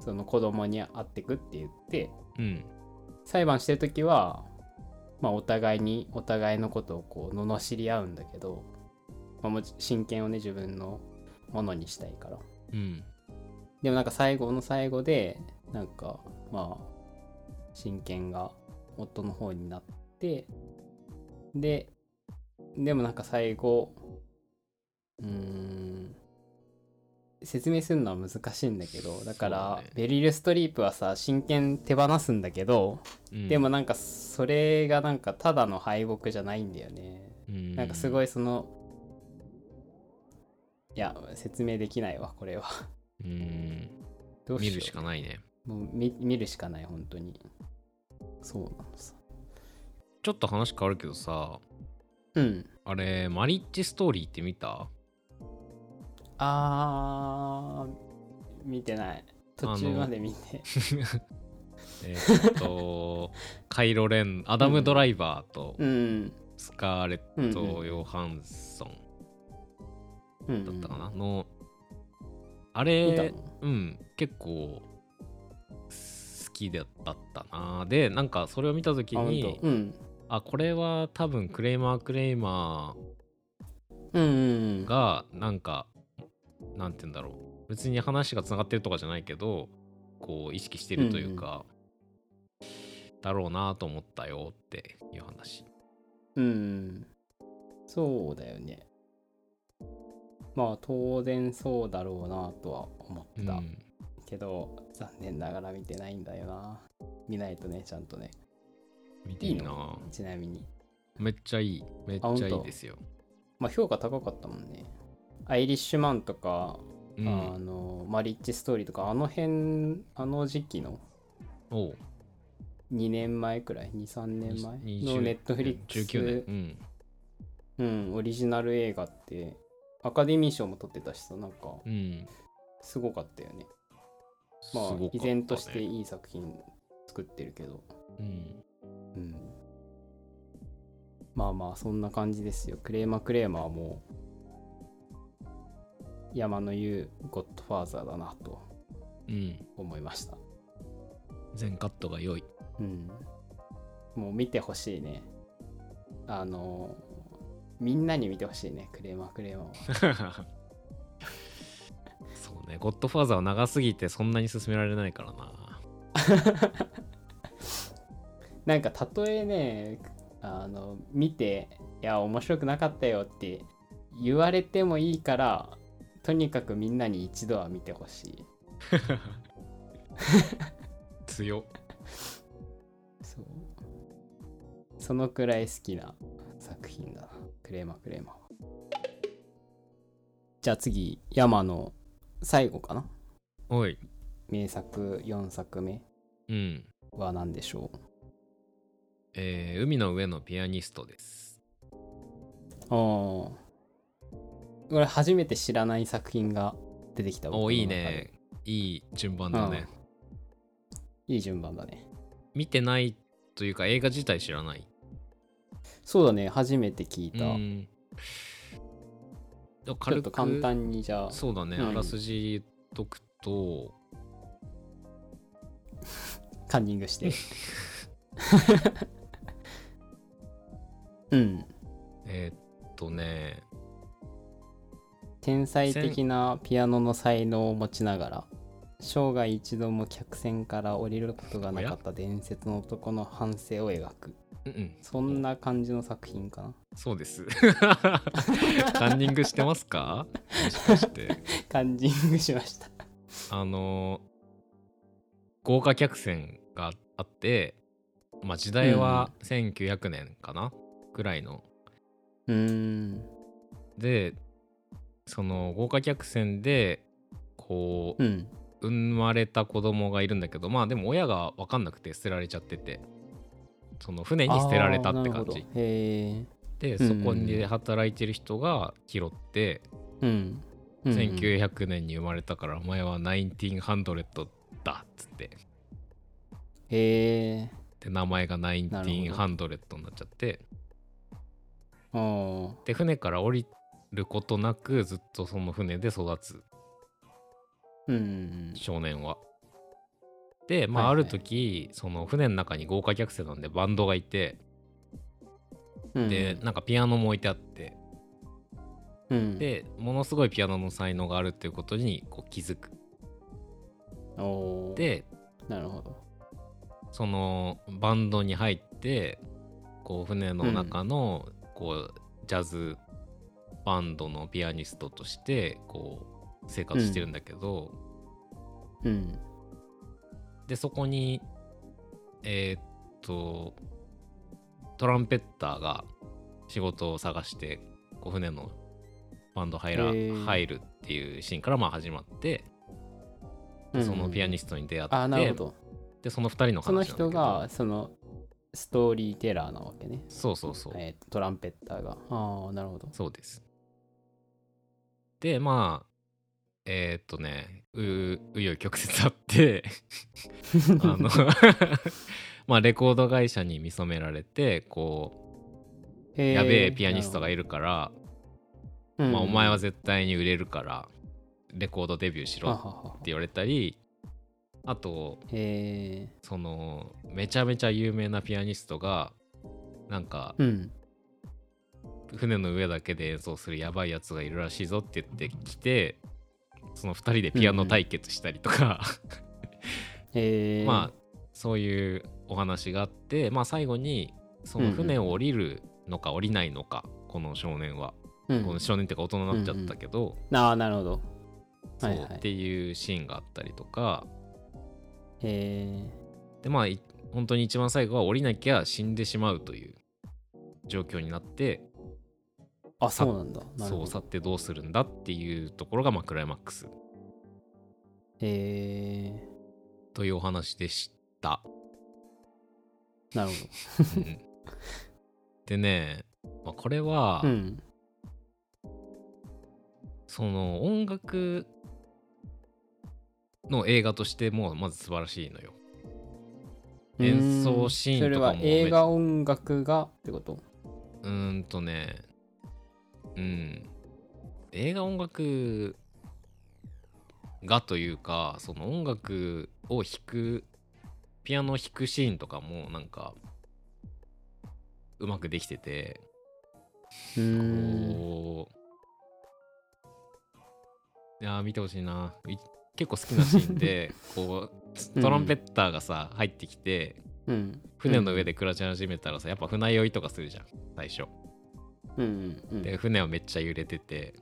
[SPEAKER 1] その子供に会ってくって言って
[SPEAKER 2] <laughs> うん
[SPEAKER 1] 裁判してる時は、まあ、お互いにお互いのことをこう罵り合うんだけど、まあ、もち真剣をね自分のものにしたいから
[SPEAKER 2] うん
[SPEAKER 1] でもなんか最後の最後でなんかまあ親権が夫の方になってででもなんか最後うーん説明するのは難しいんだけどだから
[SPEAKER 2] そうね
[SPEAKER 1] ベリル・ストリープはさ親権手放すんだけど
[SPEAKER 2] うん
[SPEAKER 1] でもなんかそれがなんかただの敗北じゃないんだよね。
[SPEAKER 2] うん
[SPEAKER 1] なんかすごいそのいや説明できないわこれは。
[SPEAKER 2] うん
[SPEAKER 1] どう
[SPEAKER 2] 見
[SPEAKER 1] しよう
[SPEAKER 2] るしかないね
[SPEAKER 1] もう見見るしかない本当に。そうなのさ。
[SPEAKER 2] ちょっと話変わるけどさ
[SPEAKER 1] うん。
[SPEAKER 2] あれマリッジストーリーって見た
[SPEAKER 1] あー見てない。途中まで見て。
[SPEAKER 2] えーっ
[SPEAKER 1] <laughs>
[SPEAKER 2] とカイロレンアダム・ドライバーと
[SPEAKER 1] うん。
[SPEAKER 2] スカーレ
[SPEAKER 1] うんうん
[SPEAKER 2] ット・ヨハンソン
[SPEAKER 1] うん
[SPEAKER 2] だったかな、の
[SPEAKER 1] 見たの
[SPEAKER 2] あれうん結構好きだったなでなんかそれを見た時
[SPEAKER 1] あ本
[SPEAKER 2] に
[SPEAKER 1] 当うん。
[SPEAKER 2] あこれは多分クレイマークレイマ
[SPEAKER 1] うんうん
[SPEAKER 2] ーがなんかなんて言うんだろう別に話がつながってるとかじゃないけどこう意識してるというか、だろうなと思ったよっていう話
[SPEAKER 1] うんそうだよねまあ当然そうだろうなとは思ってた、
[SPEAKER 2] うん
[SPEAKER 1] けど残念ながら見てないんだよな見ないとねちゃんとね
[SPEAKER 2] 見ていいな
[SPEAKER 1] ちなみに
[SPEAKER 2] めっちゃいいめっちゃいいですよ、
[SPEAKER 1] まあ評価高かったもんねアイリッシュマンとか、
[SPEAKER 2] うん、
[SPEAKER 1] あのマリッジストーリーとかあの辺あの時期の
[SPEAKER 2] おう
[SPEAKER 1] 2年前くらい23年前のネットフリックス
[SPEAKER 2] 19年
[SPEAKER 1] うん、オリジナル映画ってアカデミー賞も取ってたしさなんか
[SPEAKER 2] うん、うん、ます
[SPEAKER 1] ごかったよね
[SPEAKER 2] あ
[SPEAKER 1] まあ依然としていい作品作ってるけど
[SPEAKER 2] うん、
[SPEAKER 1] うんまあまあそんな感じですよクレーマークレーマーも山の言うゴッドファーザーだなと
[SPEAKER 2] うん、
[SPEAKER 1] 思いました
[SPEAKER 2] 全カットが良い <laughs>
[SPEAKER 1] うんもう見てほしいねあのみんなに見てほしいねクレーマークレーマーは
[SPEAKER 2] そうね、ゴッドファーザーは長すぎてそんなに進められないからな。
[SPEAKER 1] なんかたとえねあの見ていや面白くなかったよって言われてもいいからとにかくみんなに一度は見てほしい
[SPEAKER 2] 強。
[SPEAKER 1] そうそのくらい好きな作品だなクレーマークレーマーはじゃあ次山の最後かな
[SPEAKER 2] おい。
[SPEAKER 1] 名作4作目
[SPEAKER 2] うん。
[SPEAKER 1] は何でしょう
[SPEAKER 2] えー海の上のピアニストです。
[SPEAKER 1] ああこれ初めて知らない作品が出てきた
[SPEAKER 2] おいいね。いい順番だね。
[SPEAKER 1] いい順番だね。
[SPEAKER 2] 見てないというか映画自体知らない。
[SPEAKER 1] そうだね、初めて聞いた。
[SPEAKER 2] うん。だ
[SPEAKER 1] ちょっ
[SPEAKER 2] 軽
[SPEAKER 1] と
[SPEAKER 2] く
[SPEAKER 1] 簡単にじゃあ。
[SPEAKER 2] そうだね、
[SPEAKER 1] うん
[SPEAKER 2] あらすじ言っとくと、
[SPEAKER 1] カンニング
[SPEAKER 2] <laughs>
[SPEAKER 1] して。 <laughs> うん。
[SPEAKER 2] えーっとね、
[SPEAKER 1] 天才的なピアノの才能を持ちながら、生涯一度も客船から降りることがなかった伝説の男の反省を描く。
[SPEAKER 2] うんうん、
[SPEAKER 1] そんな感じの作品
[SPEAKER 2] <laughs>
[SPEAKER 1] かな。
[SPEAKER 2] そ
[SPEAKER 1] <laughs>
[SPEAKER 2] うです。カンニングしてますかもしかして。
[SPEAKER 1] カンニングしました。
[SPEAKER 2] あの豪華客船があって、まあ、時代は1900年かな、くらいの。
[SPEAKER 1] うーん。
[SPEAKER 2] でその豪華客船でこう
[SPEAKER 1] うん。
[SPEAKER 2] 生まれた子供がいるんだけどまあでも親が分かんなくて捨てられちゃっててその船に捨てられたって
[SPEAKER 1] あーなる
[SPEAKER 2] 感
[SPEAKER 1] ほど
[SPEAKER 2] じ
[SPEAKER 1] へえ。
[SPEAKER 2] で
[SPEAKER 1] うん
[SPEAKER 2] そ
[SPEAKER 1] うん
[SPEAKER 2] こで働いてる人が拾って、
[SPEAKER 1] うん。うんうん
[SPEAKER 2] 1900年に生まれたからお前は1900だっつって
[SPEAKER 1] へえ。
[SPEAKER 2] で名前が
[SPEAKER 1] なる
[SPEAKER 2] 1900になっちゃって
[SPEAKER 1] あー
[SPEAKER 2] で船から降りることなくずっとその船で育つ
[SPEAKER 1] うんうん
[SPEAKER 2] 少年は。でまあ
[SPEAKER 1] は
[SPEAKER 2] あ
[SPEAKER 1] いはい
[SPEAKER 2] る時、その船の中に豪華客船なんでバンドがいて
[SPEAKER 1] うん。
[SPEAKER 2] でなんかピアノも置いてあって
[SPEAKER 1] うん、
[SPEAKER 2] でものすごいピアノの才能があるっていうことにこう気づく。
[SPEAKER 1] おー
[SPEAKER 2] で
[SPEAKER 1] なるほど。
[SPEAKER 2] そのバンドに入ってこう船の中のこうジャズバンドのピアニストとしてこう生活してるんだけど、
[SPEAKER 1] うん。
[SPEAKER 2] でそこにえーっとトランペッターが仕事を探してこう船のバンド入ら、
[SPEAKER 1] へー
[SPEAKER 2] 入るっていうシーンからまあ始まってでそのピアニ
[SPEAKER 1] ス
[SPEAKER 2] ストに出会って、
[SPEAKER 1] あーなるほど。
[SPEAKER 2] でその2人の話
[SPEAKER 1] その
[SPEAKER 2] なんだけど
[SPEAKER 1] 人が、その、ストーリーテラーなわけね。
[SPEAKER 2] そうそうそう、
[SPEAKER 1] えーと、トランペッターが。ああ、なるほど。
[SPEAKER 2] そうですでまあえーっとねう紆余曲折あって
[SPEAKER 1] <laughs>
[SPEAKER 2] あの <laughs> まあレコード会社に見初められてこうやべえピアニストがい
[SPEAKER 1] る。
[SPEAKER 2] るから、
[SPEAKER 1] なるほど
[SPEAKER 2] まあ、お前は
[SPEAKER 1] うん
[SPEAKER 2] 絶対に売れるからレコードデビューしろ
[SPEAKER 1] あ
[SPEAKER 2] っ
[SPEAKER 1] はは
[SPEAKER 2] て言われたりあと
[SPEAKER 1] へえ。
[SPEAKER 2] そのめちゃめちゃ有名なピアニストがなんか
[SPEAKER 1] うん。
[SPEAKER 2] 船の上だけで演奏するやばいやつがいるらしいぞって言ってきてその2人でピアノ対決したりとか、 <laughs>
[SPEAKER 1] えー、
[SPEAKER 2] まあそういうお話があって、まあ、最後にその船を降りるのか降りないのか、この少年は、
[SPEAKER 1] あ、うん
[SPEAKER 2] この少年っていうか大人になっちゃったけど、
[SPEAKER 1] ああなるほど
[SPEAKER 2] そう
[SPEAKER 1] はいはい
[SPEAKER 2] っていうシーンがあったりとか
[SPEAKER 1] え
[SPEAKER 2] でまあい本当に一番最後は降りなきゃ死んでしまうという状況になって
[SPEAKER 1] ー、あそうなんだなる
[SPEAKER 2] そ
[SPEAKER 1] ほ
[SPEAKER 2] う去
[SPEAKER 1] ど
[SPEAKER 2] ってどうするんだっていうところがまあクライマックス
[SPEAKER 1] え
[SPEAKER 2] というお話でした。
[SPEAKER 1] ー、なるほ <laughs>
[SPEAKER 2] うんでね、まあ、これは、
[SPEAKER 1] どうん
[SPEAKER 2] その音楽の映画としてもうまず素晴らしいのよ。演奏シーンとかも
[SPEAKER 1] うんそれは映画音楽がってこと
[SPEAKER 2] うーんとね、うん。映画音楽がというか、その音楽を弾く、ピアノを弾くシーンとかもなんか、うまくできてて、
[SPEAKER 1] うーん
[SPEAKER 2] こういやー見てほしいない結構好きなシーンでこうトランペッターがさ、入ってきて
[SPEAKER 1] うん
[SPEAKER 2] 船の上で暮らし始めたらさやっぱ船酔いとかするじゃん最初
[SPEAKER 1] うんうんうん
[SPEAKER 2] で船はめっちゃ揺れてて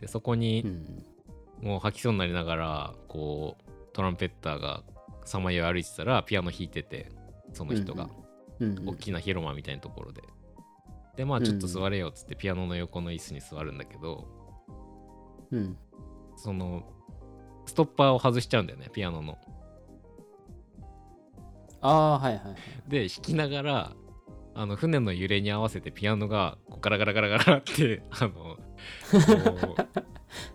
[SPEAKER 2] でそこに
[SPEAKER 1] うん
[SPEAKER 2] もう吐きそうになりながらこうトランペッターがさまよい歩いてたらピアノ弾いててその人が、
[SPEAKER 1] うんうん
[SPEAKER 2] 大きな広間みたいなところで。でまあちょっと座れよっつってピアノの横の椅子に座るんだけど、
[SPEAKER 1] うん
[SPEAKER 2] そのストッパーを外しちゃうんだよねピアノの。
[SPEAKER 1] ああはいはいはい
[SPEAKER 2] で弾きながらあの船の揺れに合わせてピアノがこうガラガラガラガラってあのこ
[SPEAKER 1] <laughs>
[SPEAKER 2] うなんていう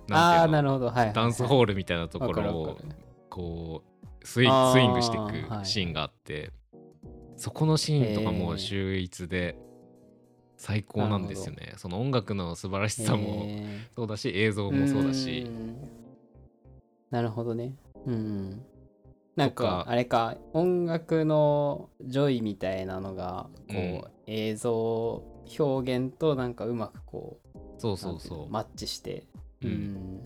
[SPEAKER 2] の
[SPEAKER 1] ああなるほどはいはいはい
[SPEAKER 2] ダンスホールみたいなところ
[SPEAKER 1] わ
[SPEAKER 2] を
[SPEAKER 1] かるわかる
[SPEAKER 2] こうスイ
[SPEAKER 1] あー
[SPEAKER 2] スイングしてい
[SPEAKER 1] はい
[SPEAKER 2] くシーンがあって、そこのシーンとか
[SPEAKER 1] へ
[SPEAKER 2] も
[SPEAKER 1] ー
[SPEAKER 2] 秀逸で最高なんですよね。その音楽の素晴らしさも
[SPEAKER 1] えー
[SPEAKER 2] そうだし、映像もそうだし
[SPEAKER 1] ーんなるほどねうんなん
[SPEAKER 2] と
[SPEAKER 1] か
[SPEAKER 2] か
[SPEAKER 1] あれか音楽のジョイみたいなのがこう、
[SPEAKER 2] うん
[SPEAKER 1] 映像表現となんかうまくこう
[SPEAKER 2] そうそう
[SPEAKER 1] なんてい
[SPEAKER 2] そ
[SPEAKER 1] の
[SPEAKER 2] う。
[SPEAKER 1] マッチして
[SPEAKER 2] うん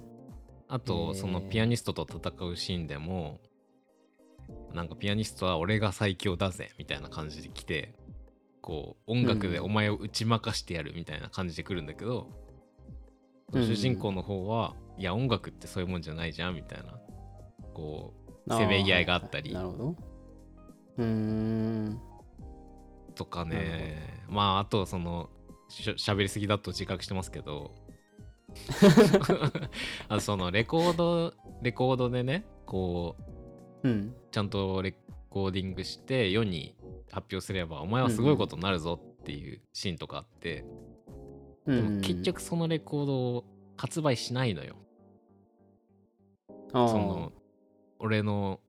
[SPEAKER 2] あ
[SPEAKER 1] へ
[SPEAKER 2] と、
[SPEAKER 1] ー
[SPEAKER 2] そのピアニストと戦うシーンでもなんかピアニストは俺が最強だぜみたいな感じで来てこう音楽で
[SPEAKER 1] うん
[SPEAKER 2] お前を打ち負かしてやるみたいな感じで来るんだけど、
[SPEAKER 1] うん
[SPEAKER 2] 主人公の方はいや音楽ってそういうもんじゃないじゃんみたいなこ
[SPEAKER 1] あー
[SPEAKER 2] せめぎ合いがあったり
[SPEAKER 1] なるほどうーん
[SPEAKER 2] うとかねまああとそのしゃ喋りすぎだと自覚してますけど
[SPEAKER 1] <laughs>
[SPEAKER 2] <laughs> あそのレコードレコードでねこう
[SPEAKER 1] うん
[SPEAKER 2] ちゃんとレコーディングして世に発表すればお前はすごいことになるぞっていうシーンとかあって、
[SPEAKER 1] で
[SPEAKER 2] でも結局そのレコードを発売しないのよ、
[SPEAKER 1] そ
[SPEAKER 2] その俺の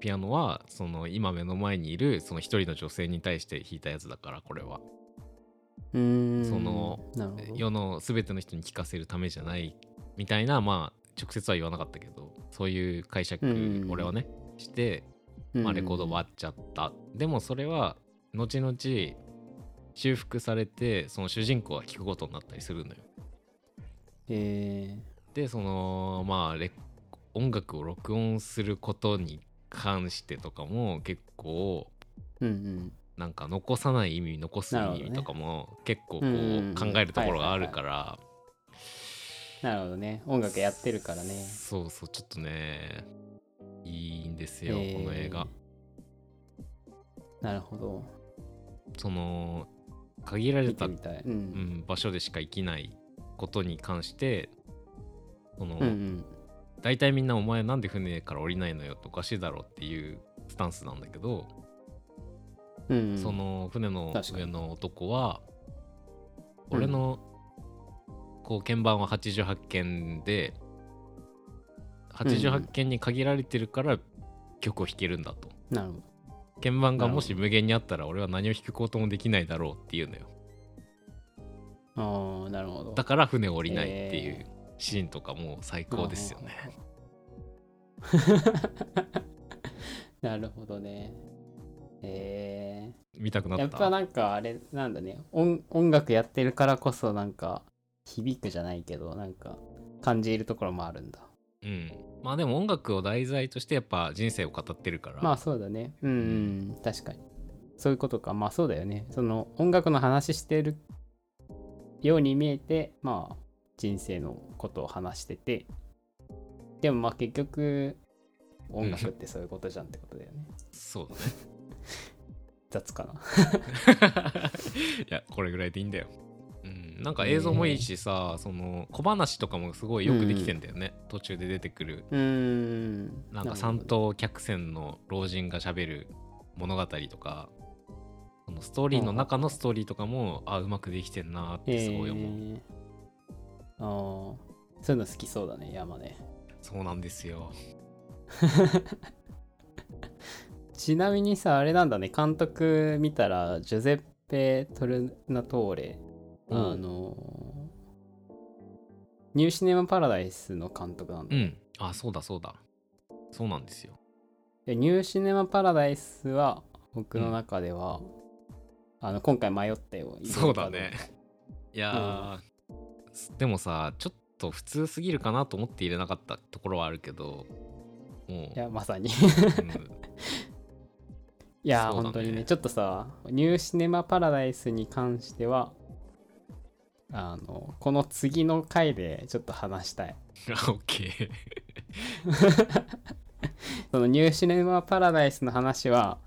[SPEAKER 2] ピアノはその今目の前にいるその一人の女性に対して弾いたやつだからこれは
[SPEAKER 1] うーん
[SPEAKER 2] その
[SPEAKER 1] なるほど
[SPEAKER 2] 世の全ての人に聞かせるためじゃないみたいなまあ直接は言わなかったけどそういう解釈
[SPEAKER 1] うん
[SPEAKER 2] 俺はねしてまあ、レコード割っちゃった、でもそれは後々修復されてその主人公は聞くことになったりするのよ
[SPEAKER 1] え
[SPEAKER 2] でそのまあレ音楽を録音することに関してとかも結構
[SPEAKER 1] ー、うん
[SPEAKER 2] なんか残さない意味残す意
[SPEAKER 1] なるほど
[SPEAKER 2] 味
[SPEAKER 1] ね
[SPEAKER 2] とかも結構こ
[SPEAKER 1] うんうんうん
[SPEAKER 2] う考えるところがあるから
[SPEAKER 1] うんなるほどね音楽やってるからね
[SPEAKER 2] そうそうちょっとねいいんですよ、
[SPEAKER 1] えー
[SPEAKER 2] この映画
[SPEAKER 1] なるほど
[SPEAKER 2] その限られ
[SPEAKER 1] 見て
[SPEAKER 2] た
[SPEAKER 1] みたい、う
[SPEAKER 2] うんん、場所でしか生きないことに関してその、
[SPEAKER 1] うんうん
[SPEAKER 2] 大体みんな「お前なんで船から降りないのよ」っておかしいだろっていうスタンスなんだけど、
[SPEAKER 1] うんうん、
[SPEAKER 2] その船の
[SPEAKER 1] 確かに
[SPEAKER 2] 上の男は
[SPEAKER 1] うん
[SPEAKER 2] 俺の、こう鍵盤は88件で88件に限られてるから曲を弾けるんだと、
[SPEAKER 1] なるほど
[SPEAKER 2] 鍵盤がも
[SPEAKER 1] なる
[SPEAKER 2] し無限にあったら俺は何を弾くこともできないだろうっていうのよ
[SPEAKER 1] ああなるほど
[SPEAKER 2] だから船を降りないっていうシーンとかも最高ですよね、
[SPEAKER 1] <laughs> なるほどねえ
[SPEAKER 2] 見たくな
[SPEAKER 1] ー、
[SPEAKER 2] った
[SPEAKER 1] やっぱなんかあれなんだね音音楽やってるからこそなんか響くじゃないけどなんか感じるところもあるんだ
[SPEAKER 2] うんまあでも音楽を題材としてやっぱ人生を語ってるから
[SPEAKER 1] まあそうだねうん、うん、確かにそういうことかまあそうだよねその音楽の話してるように見えてまあ人生のことを話しててでもまあ結局音楽ってそういうことじゃんってことだよね
[SPEAKER 2] そうだ
[SPEAKER 1] 雑かな
[SPEAKER 2] ね <laughs> いやこれぐらいでいいんだようん、なんか映像もいいしさ、その小話とかもすごいよくできてんだよね、途中で出てくる
[SPEAKER 1] うーん
[SPEAKER 2] なんか
[SPEAKER 1] るほど
[SPEAKER 2] 三等客船の老人が喋る物語とかそのストーリーの中のストーリーとかも、あうまくできてんなーってすごい思う、
[SPEAKER 1] へーあーそういうの好きそうだね山ね
[SPEAKER 2] そうなんですよ
[SPEAKER 1] ちなみにさあれなんだね監督見たらジュゼッペ・トルナトーレあ
[SPEAKER 2] うん
[SPEAKER 1] のニューシネマ・パラダイスの監督なんだ、
[SPEAKER 2] うんあそうだそうだそうなんですよ
[SPEAKER 1] でニューシネマ・パラダイスは僕の中では、あの今回迷ったよ
[SPEAKER 2] そうだねいやー、でもさちょっと普通すぎるかなと思って入れなかったところはあるけども
[SPEAKER 1] いうやまさ
[SPEAKER 2] <laughs>
[SPEAKER 1] に <laughs>
[SPEAKER 2] うん
[SPEAKER 1] いや、
[SPEAKER 2] そうだね
[SPEAKER 1] 本当にねちょっとさニューシネマ・パラダイスに関してはあのこの次の回でちょっと話したい
[SPEAKER 2] あオッケ
[SPEAKER 1] そのニューシネマ・パラダイスの話は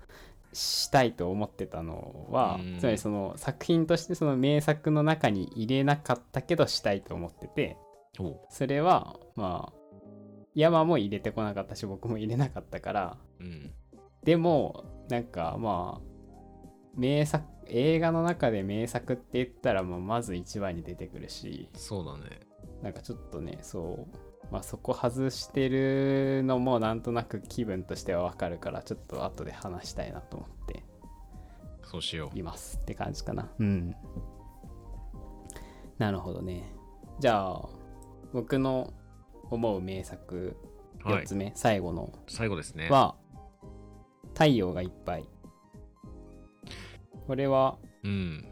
[SPEAKER 1] したいと思ってたのは、
[SPEAKER 2] うん
[SPEAKER 1] つまりその作品としてその名作の中に入れなかったけどしたいと思ってて
[SPEAKER 2] ー。おう
[SPEAKER 1] それはまあ山も入れてこなかったし僕も入れなかったから
[SPEAKER 2] うん。
[SPEAKER 1] でもなんかまあ名作映画の中で名作って言ったらまあまず一番に出てくるし
[SPEAKER 2] そうだね。
[SPEAKER 1] なんかちょっとねそう、まあ、そこ外してるのもなんとなく気分としてはわかるからちょっと後で話したいなと思って
[SPEAKER 2] そうしよう。
[SPEAKER 1] いますって感じかなうんなるほどねじゃあ僕の思う名作
[SPEAKER 2] は
[SPEAKER 1] 4
[SPEAKER 2] い
[SPEAKER 1] つ。目、最後の
[SPEAKER 2] 最後ですね。
[SPEAKER 1] は「太陽がいっぱい」これは
[SPEAKER 2] うん。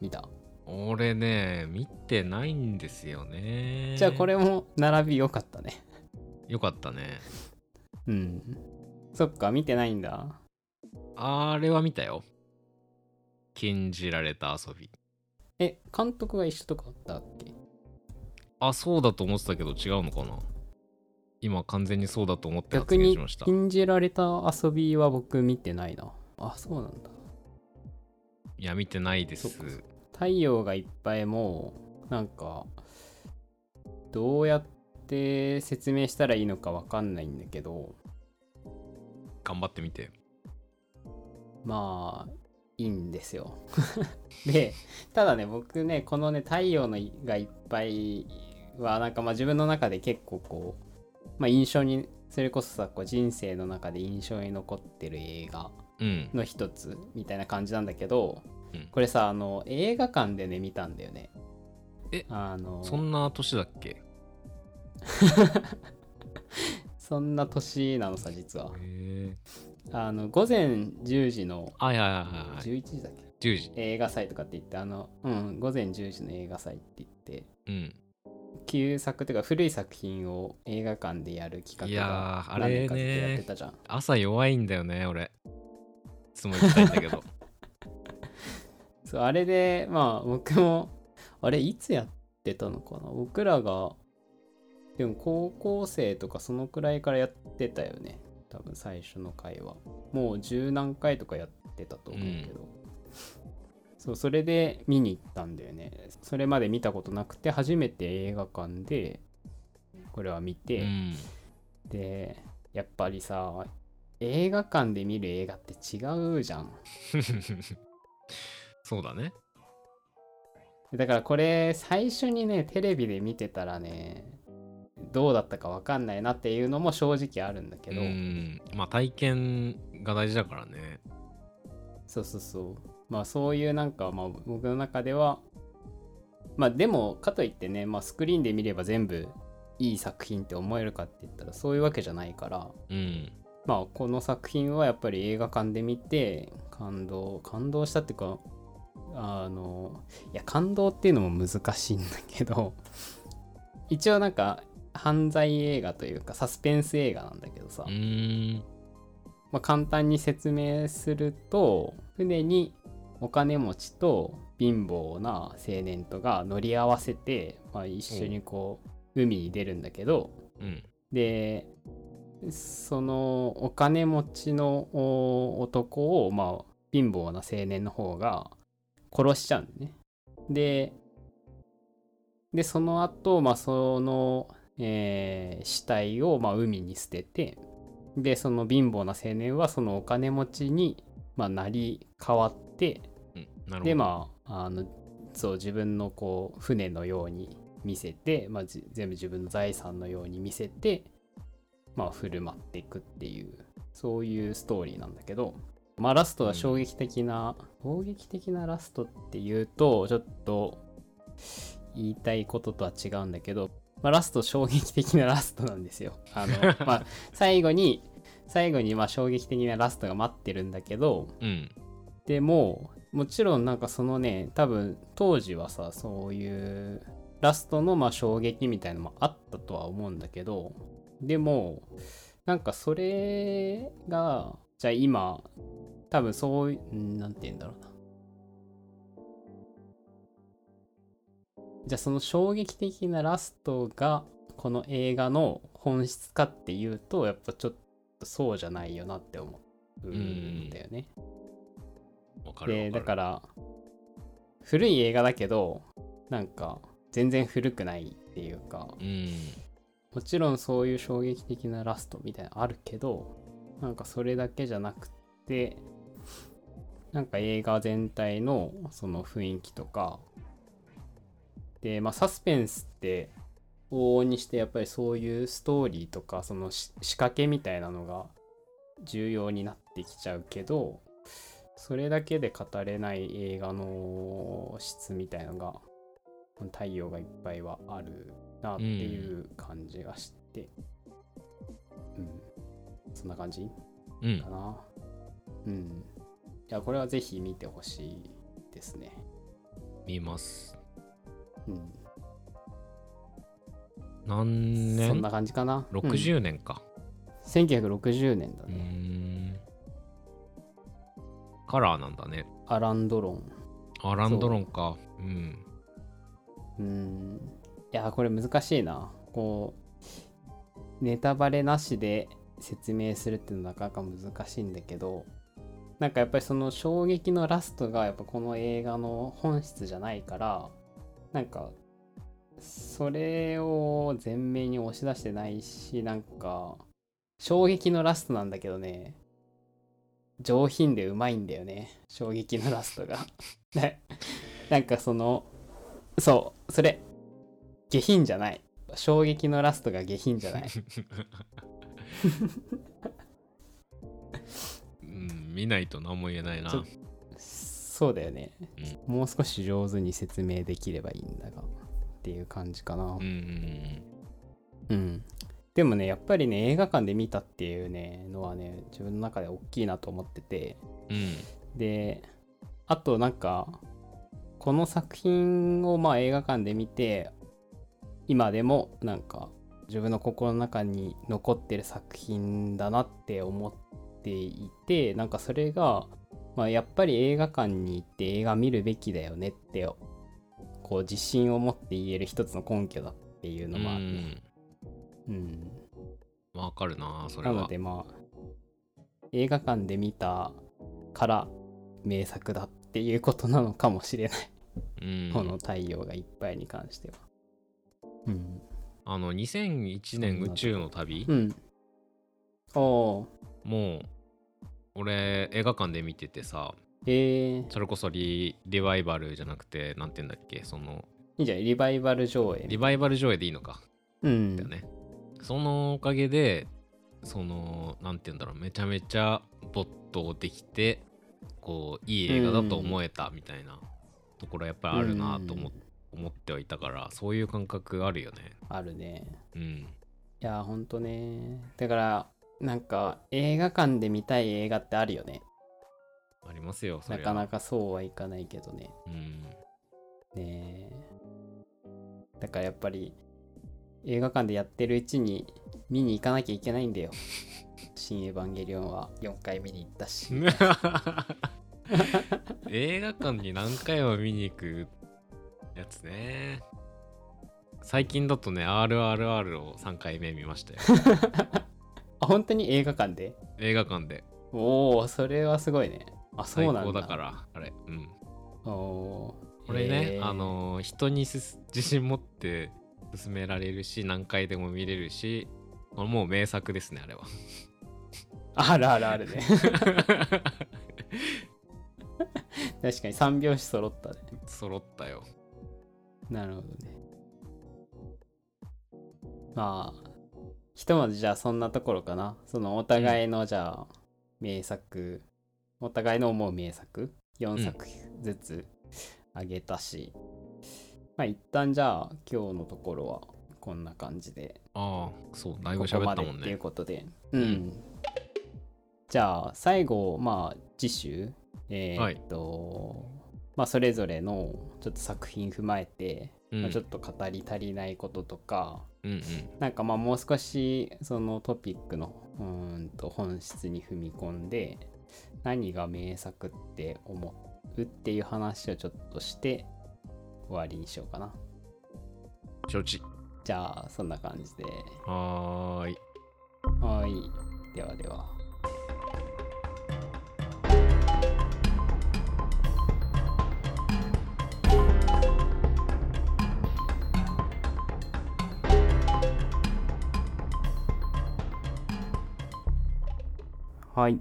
[SPEAKER 1] 見た
[SPEAKER 2] 俺ね、見てないんですよね。
[SPEAKER 1] じゃあこ。れも並び良かったね
[SPEAKER 2] よかったね。
[SPEAKER 1] うんそっか見てないんだ
[SPEAKER 2] あれは見たよ。禁じられた遊び。
[SPEAKER 1] え監督が一緒とかあったっけ
[SPEAKER 2] あ、そうだと思ってたけど違うのかな今完全にそうだと思って
[SPEAKER 1] 逆
[SPEAKER 2] 発言
[SPEAKER 1] に
[SPEAKER 2] しました。い
[SPEAKER 1] 禁じられた遊びは僕見てないなあそうなんだ
[SPEAKER 2] や、見てないです。
[SPEAKER 1] そっかそ太陽がいっぱいもうなんかどうやって説明したらいいのかわかんないんだけど
[SPEAKER 2] 頑張ってみて。
[SPEAKER 1] まあいいんですよ <laughs> でただね僕ねこのね太陽のいがいっぱいはなんかまあ自分の中で結構こう、まあ、印象にそれこそさこう人生の中で印象に残ってる映画
[SPEAKER 2] うん。
[SPEAKER 1] の一つみたいな感じなんだけど、
[SPEAKER 2] うん
[SPEAKER 1] これさあの映画館でね見たんだよね
[SPEAKER 2] え
[SPEAKER 1] あの
[SPEAKER 2] そんな年だっけ
[SPEAKER 1] そんな年なのさ実は
[SPEAKER 2] へえ。
[SPEAKER 1] あの午前10時の
[SPEAKER 2] あ、いやいやいやいや。
[SPEAKER 1] 11時だっけ
[SPEAKER 2] 10時。
[SPEAKER 1] 映画祭とかって言ってあのうん午前10時の映画祭って言って
[SPEAKER 2] うん。
[SPEAKER 1] 旧作というか古い作品を映画館でやる企画が
[SPEAKER 2] いやーあれね
[SPEAKER 1] 何年かずっとやってたじゃん
[SPEAKER 2] 朝弱いんだよね俺いつも行きたいんだ
[SPEAKER 1] <laughs>
[SPEAKER 2] けど
[SPEAKER 1] そうあれでまあ僕もあれいつやってたのかな僕らがでも高校生とかそのくらいからやってたよね多分最初の回はもう十何回とかやってたと思うけど、そうそれで見に行ったんだよねそれまで見たことなくて初めて映画館でこれは見て、
[SPEAKER 2] うん <laughs>
[SPEAKER 1] でやっぱりさ映画館で見る映画って違うじゃん
[SPEAKER 2] そうだね
[SPEAKER 1] だからこれ最初にねテレビで見てたらねどうだったかわかんないなっていうのも正直あるんだけ
[SPEAKER 2] う
[SPEAKER 1] ど、
[SPEAKER 2] んまあ体験が大事だからね
[SPEAKER 1] そうそうそうまあそういうなんか、まあ、僕の中ではまあでもかといってね、まあ、スクリーンで見れば全部いい作品って思えるかって言ったらそういうわけじゃないから
[SPEAKER 2] うん
[SPEAKER 1] まあこの作品はやっぱり映画館で見て感動感動したっていうかあのいや感動っていうのも難しいんだけど一応なんか犯罪映画というかサスペンス映画なんだけどさ、
[SPEAKER 2] うーん
[SPEAKER 1] まあ、簡単に説明すると船にお金持ちと貧乏な青年とが乗り合わせて、まあ、一緒にこう海に出るんだけど
[SPEAKER 2] うん
[SPEAKER 1] でそのお金持ちのお男を、まあ、貧乏な青年の方が殺しちゃうんだね。ででその後、まあその、えー死体を、まあ、海に捨ててでその貧乏な青年はそのお金持ちに、まあ、なり変わって
[SPEAKER 2] うんなるほど
[SPEAKER 1] でまああのそう自分のこう船のように見せて、まあ、じ全部自分の財産のように見せて、まあ、振る舞っていくっていうそういうストーリーなんだけど、まあ、ラストは衝撃的な、衝撃的なラストっていうとちょっと言いたいこととは違うんだけど、まあ、ラスト衝撃的なラストなんですよ。あのま
[SPEAKER 2] <laughs>
[SPEAKER 1] あ、最後に最後にまあ衝撃的なラストが待ってるんだけど、
[SPEAKER 2] うん
[SPEAKER 1] でももちろんなんかそのね多分当時はさそういうラストのまあ衝撃みたいのもあったとは思うんだけどでもなんかそれがじゃあ今多分そういうんなんて言うんだろうなじゃあその衝撃的なラストがこの映画の本質かっていうとやっぱちょっとそうじゃないよなって思うんだよね。
[SPEAKER 2] わかるわか
[SPEAKER 1] で
[SPEAKER 2] る
[SPEAKER 1] だから古い映画だけどなんか全然古くないっていうか
[SPEAKER 2] うん
[SPEAKER 1] もちろんそういう衝撃的なラストみたいなのあるけどなんかそれだけじゃなくってなんか映画全体のその雰囲気とかでまあサスペンスって往々にしてやっぱりそういうストーリーとかそのし仕掛けみたいなのが重要になってきちゃうけどそれだけで語れない映画の質みたいのが太陽がいっぱいはあるなっていう感じがしてうん、そんな感じ
[SPEAKER 2] うん
[SPEAKER 1] かなうんいやこれはぜひ見てほしいですね
[SPEAKER 2] 見ます
[SPEAKER 1] うん
[SPEAKER 2] 何
[SPEAKER 1] そん
[SPEAKER 2] 年
[SPEAKER 1] な感じかな、うん、
[SPEAKER 2] 60年か
[SPEAKER 1] 1960年だ
[SPEAKER 2] うー
[SPEAKER 1] ね、
[SPEAKER 2] んカラーなんだね
[SPEAKER 1] アラン・ドロン
[SPEAKER 2] あランドロンかうん
[SPEAKER 1] うんいやこれ難しいなこうネタバレなしで説明するっていうのはなかなか難しいんだけどなんかやっぱりその衝撃のラストがやっぱこの映画の本質じゃないからなんかそれを前面に押し出してないしなんか衝撃のラストなんだけどね上品でうまいんだよね衝撃のラストが <laughs> ななんかそのそうそれ下品じゃない衝撃のラストが下品じゃない
[SPEAKER 2] うん見ないと何も言えないな
[SPEAKER 1] ちょそうだよね、もう少し上手に説明できればいいんだがっていう感じかな、
[SPEAKER 2] うんうん
[SPEAKER 1] うん。でもね、やっぱりね、映画館で見たっていうね、のはね、自分の中で大きいなと思ってて、
[SPEAKER 2] うん
[SPEAKER 1] で、あとなんか、この作品をまあ映画館で見て、今でもなんか、自分の心の中に残ってる作品だなって思っていて、なんかそれが、まあ、やっぱり映画館に行って映画見るべきだよねって、こう自信を持って言える一つの根拠だっていう
[SPEAKER 2] う
[SPEAKER 1] のもあるね。う
[SPEAKER 2] ん
[SPEAKER 1] ん、
[SPEAKER 2] わかるなそれ
[SPEAKER 1] なの
[SPEAKER 2] は
[SPEAKER 1] でまあ映画館で見たから名作だっていうことなのかもしれない、
[SPEAKER 2] うん
[SPEAKER 1] この「太陽がいっぱい」に関してはうん
[SPEAKER 2] あの2001年宇宙の旅
[SPEAKER 1] うんおお
[SPEAKER 2] もう俺映画館で見ててさ
[SPEAKER 1] えー、い
[SPEAKER 2] それこそリリバイバルじゃなくてなんて言うんだっけその
[SPEAKER 1] いじゃんリバイバル上映
[SPEAKER 2] リバイバル上映でいいのか
[SPEAKER 1] うん
[SPEAKER 2] だよね、そのおかげでそのなんて言うんだろうめちゃめちゃ没頭できてこういい映画だと思えたみたいなところやっぱりあるなと思,、
[SPEAKER 1] うん
[SPEAKER 2] 思ってはいたからそういう感覚あるよね
[SPEAKER 1] あるね
[SPEAKER 2] うん
[SPEAKER 1] いやーほんとねだからなんか映画館で見たい映画ってあるよね
[SPEAKER 2] ありますよそ
[SPEAKER 1] な
[SPEAKER 2] れ
[SPEAKER 1] か
[SPEAKER 2] は
[SPEAKER 1] なかそうはいかないけどね
[SPEAKER 2] うん <laughs>
[SPEAKER 1] ねえだからやっぱり映画館でやってるうちに見に行かなきゃいけないんだ
[SPEAKER 2] <laughs>
[SPEAKER 1] よ。新エヴァンゲリオンは4回見に行ったし。
[SPEAKER 2] 映画館に何回も見に行くやつね最近だとね RRR を3回目見ましたよ
[SPEAKER 1] <laughs> あ、本当に映画館で
[SPEAKER 2] 映画館で
[SPEAKER 1] おお、それはすごいね。あ、そうな
[SPEAKER 2] 最
[SPEAKER 1] んだ。
[SPEAKER 2] 高だからあれうん
[SPEAKER 1] ら。おー
[SPEAKER 2] これね
[SPEAKER 1] へ、ー
[SPEAKER 2] あのー人にすす自信持って勧められるし何回でも見れるしこれもう名作ですね <laughs> あれは
[SPEAKER 1] あるあるあ
[SPEAKER 2] <laughs>
[SPEAKER 1] るね。確かに三拍子揃ったね。
[SPEAKER 2] 揃ったよ
[SPEAKER 1] なるほどね。まあ、ひとまずじゃあそんなところかな。そのお互いのじゃあ名作、お互いの思う名作、4作ずつあげたし、まあ一旦じゃあ今日のところはこんな感じで、
[SPEAKER 2] ああそうだいぶ
[SPEAKER 1] ここ
[SPEAKER 2] 喋
[SPEAKER 1] ま
[SPEAKER 2] った
[SPEAKER 1] で
[SPEAKER 2] もん
[SPEAKER 1] っていう
[SPEAKER 2] ね
[SPEAKER 1] ことで。うん。
[SPEAKER 2] うん
[SPEAKER 1] じゃあ最後、まあ次週、え
[SPEAKER 2] はい
[SPEAKER 1] ーっと、まあそれぞれのちょっと作品踏まえて、
[SPEAKER 2] うん
[SPEAKER 1] まあちょっと語り足りないこととか、
[SPEAKER 2] うんうん
[SPEAKER 1] なんかまあもう少しそのトピックのうーんと本質に踏み込んで何が名作って思うっていう話をちょっとして終わりにしようかな
[SPEAKER 2] 承知
[SPEAKER 1] じゃあそんな感じで
[SPEAKER 2] はーい
[SPEAKER 1] はいではでははい。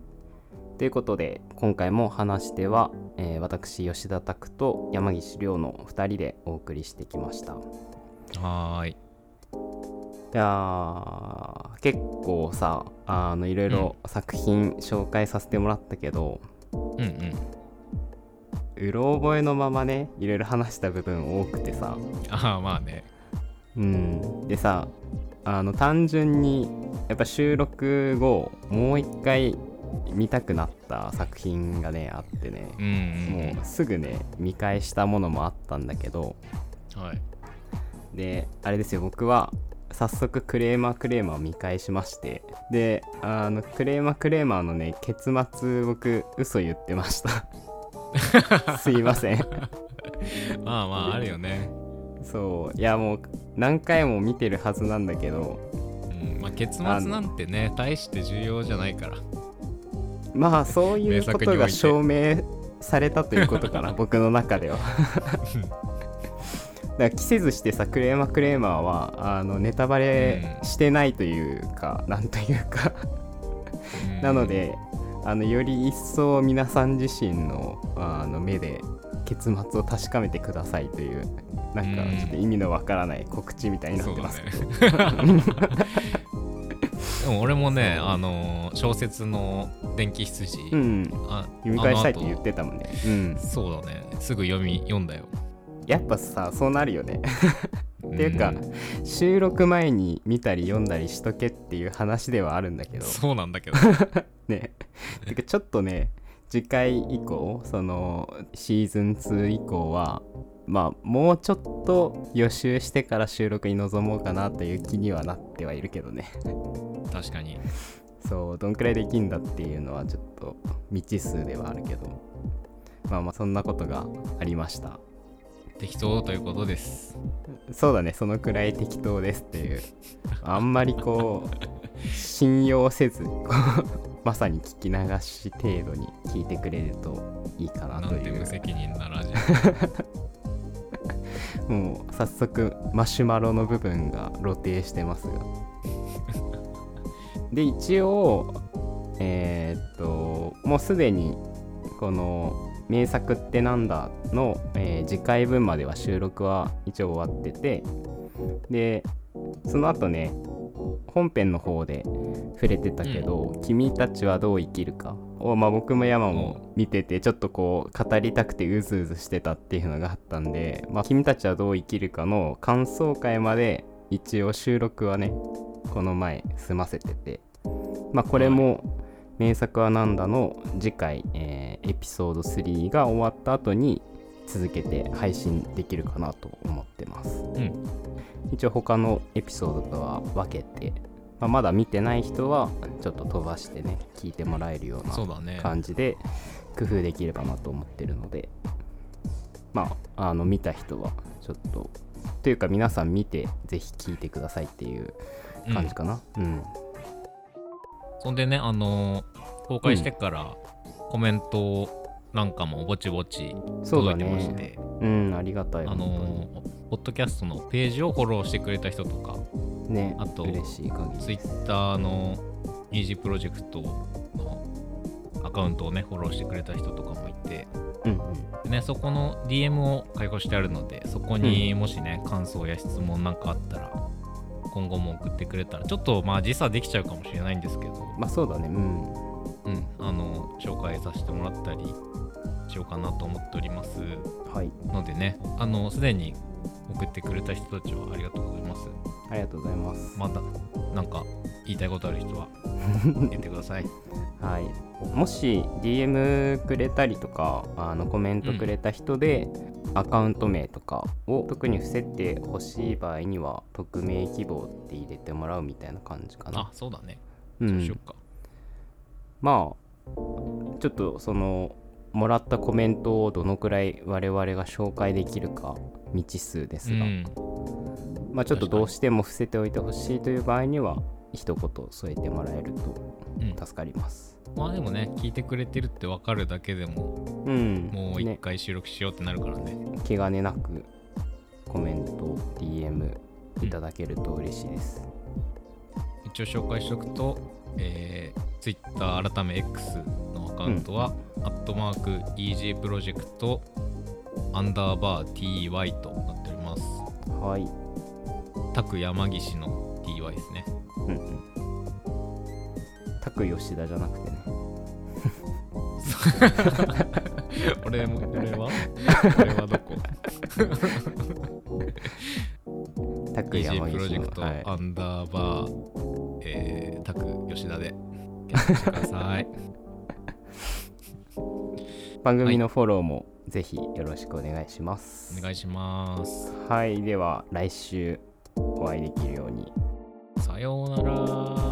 [SPEAKER 1] ということで今回も話しては、えー私吉田拓と山岸亮の2人でお送りしてきました。
[SPEAKER 2] はーい
[SPEAKER 1] いやー結構さあのいろいろ作品紹介させてもらったけど、
[SPEAKER 2] うんうん
[SPEAKER 1] うろ覚えのままねいろいろ話した部分多くてさ
[SPEAKER 2] <laughs> ああまあね
[SPEAKER 1] うんでさあの単純にやっぱ収録後もう一回見たくなった作品がねあってね
[SPEAKER 2] うんうん
[SPEAKER 1] もうすぐね見返したものもあったんだけど
[SPEAKER 2] うんはい
[SPEAKER 1] であれですよ僕は早速クレーマークレーマーを見返しましてであのクレーマークレーマーのね結末僕嘘言ってましたすいません
[SPEAKER 2] まあまああるよね
[SPEAKER 1] そういやもう何回も見てるはずなんだけど
[SPEAKER 2] うんまあ結末なんてね大して重要じゃないから
[SPEAKER 1] まあそういう
[SPEAKER 2] 名
[SPEAKER 1] こ
[SPEAKER 2] 作にお
[SPEAKER 1] と
[SPEAKER 2] いて
[SPEAKER 1] が証明されたということかな僕の中ではだから着せずしてさクレーマークレーマーはあのネタバレしてないというか、なんというか
[SPEAKER 2] うん
[SPEAKER 1] なのであのより一層皆さん自身のあの目で結末を確かめてくださいというなんか
[SPEAKER 2] うん
[SPEAKER 1] ちょっと意味のわからない告知みたいにな <laughs> ってます、
[SPEAKER 2] そうだねでも俺もねあの小説の電気羊、
[SPEAKER 1] うん
[SPEAKER 2] あ
[SPEAKER 1] 読み返したいって
[SPEAKER 2] あの
[SPEAKER 1] 言
[SPEAKER 2] 後
[SPEAKER 1] ってたもんねうん
[SPEAKER 2] そうだねすぐ読み読んだよ
[SPEAKER 1] やっぱさそうなるよね
[SPEAKER 2] っ
[SPEAKER 1] <laughs> っていうか、収録前に見たり読んだりしとけっていう話ではあるんだけど
[SPEAKER 2] そうなんだ
[SPEAKER 1] <laughs>
[SPEAKER 2] けど
[SPEAKER 1] ねてかちょっとね次回以降そのシーズン2以降はまあもうちょっと予習してから収録に臨もうかなという気にはなってはいるけどね
[SPEAKER 2] 確かに
[SPEAKER 1] そうどんくらいできんだっていうのはちょっと未知数ではあるけどまあまあそんなことがありました
[SPEAKER 2] 適当ということです
[SPEAKER 1] そうだねそのくらい適当ですっていうあんまりこう信用せずこうまさに聞き流し程度に聞いてくれるといいかな
[SPEAKER 2] な
[SPEAKER 1] と
[SPEAKER 2] ん
[SPEAKER 1] い
[SPEAKER 2] て
[SPEAKER 1] う
[SPEAKER 2] 無責任なラジ
[SPEAKER 1] もう早速マシュマロの部分が露呈してますがで一応えーっともうすでにこの「名作ってなんだの」えー次回分までは収録は一応終わっててでその後ね本編の方で触れてたけど「君たちはどう生きるか」を、まあ、僕も山も見ててちょっとこう語りたくてうずうずしてたっていうのがあったんで「まあ、君たちはどう生きるか」の感想会まで一応収録はねこの前済ませてて、まあ、これも「名作はなんだ」の次回、えーエピソード3が終わった後に続けて配信できるかなと思ってます。
[SPEAKER 2] オうん
[SPEAKER 1] 一応他のエピソードとは分けて、まあ、まだ見てない人はちょっと飛ばしてね聞いてもらえるよう
[SPEAKER 2] そう
[SPEAKER 1] な
[SPEAKER 2] だね
[SPEAKER 1] 感じで工夫できればなと思ってるのでまああの見た人はちょっとというか皆さん見てぜひ聞いてくださいっていう感じかなうん、
[SPEAKER 2] そんでねあのー公開してからコメントなんかもぼちぼち
[SPEAKER 1] そう
[SPEAKER 2] 届
[SPEAKER 1] だ
[SPEAKER 2] いてまして、
[SPEAKER 1] ねうんありがたい
[SPEAKER 2] あのーポッドキャストのページをフォローしてくれた人とか
[SPEAKER 1] 本当にね
[SPEAKER 2] あと
[SPEAKER 1] 嬉しい限り
[SPEAKER 2] ツイッターのイージープロジェクトのアカウントをねフォローしてくれた人とかもいて
[SPEAKER 1] うん
[SPEAKER 2] でねそこの DM を開放してあるのでそこにもしね、感想や質問なんかあったら今後も送ってくれたらちょっとまあ時差できちゃうかもしれないんですけど、
[SPEAKER 1] まあそうだねうん
[SPEAKER 2] うん、あの紹介させてもらったりしようかなと思っております
[SPEAKER 1] はい
[SPEAKER 2] のでねあのすでに送ってくれた人たちはありがとうございます
[SPEAKER 1] ありがとうございます、
[SPEAKER 2] またなんか言いたいことある人は言ってください
[SPEAKER 1] はい、もし DM くれたりとかあのコメントくれた人で、アカウント名とかを特に伏せてほしい場合には匿名希望って入れてもらうみたいな感じかな
[SPEAKER 2] あそうだね
[SPEAKER 1] う
[SPEAKER 2] そうしよ
[SPEAKER 1] ん
[SPEAKER 2] っ、か、
[SPEAKER 1] まあちょっとそのもらったコメントをどのくらい我々が紹介できるか未知数ですが、
[SPEAKER 2] うん
[SPEAKER 1] まあ、ちょっと
[SPEAKER 2] 確かに
[SPEAKER 1] どうしても伏せておいてほしいという場合には一言添えてもらえると
[SPEAKER 2] うん
[SPEAKER 1] 助かります。
[SPEAKER 2] まあでもね聞いてくれてるって分かるだけでも
[SPEAKER 1] うん、
[SPEAKER 2] もう一
[SPEAKER 1] ね
[SPEAKER 2] 回収録しようってなるからね
[SPEAKER 1] 気兼ねなくコメント DM いただけると嬉しいです、
[SPEAKER 2] 一応紹介しておくと、えー、Twitter 改め X のアカウントは、アットマーク EG プロジェクトアンダーバー TY となっております
[SPEAKER 1] はい、
[SPEAKER 2] タク山岸の TY です
[SPEAKER 1] <laughs>
[SPEAKER 2] ね
[SPEAKER 1] うんうん、タク吉田じゃなくてね
[SPEAKER 2] 俺も俺は俺はどこ
[SPEAKER 1] タク
[SPEAKER 2] ?EG
[SPEAKER 1] 山
[SPEAKER 2] プロ
[SPEAKER 1] 岸
[SPEAKER 2] ジェ
[SPEAKER 1] の
[SPEAKER 2] クト
[SPEAKER 1] はい
[SPEAKER 2] アンダーバー、えー、タク
[SPEAKER 1] <laughs>
[SPEAKER 2] 吉田で検索してください
[SPEAKER 1] 番組のフォローもぜひよろしくお願いします
[SPEAKER 2] お願いします
[SPEAKER 1] はいでは来週お会いできるように
[SPEAKER 2] さようなら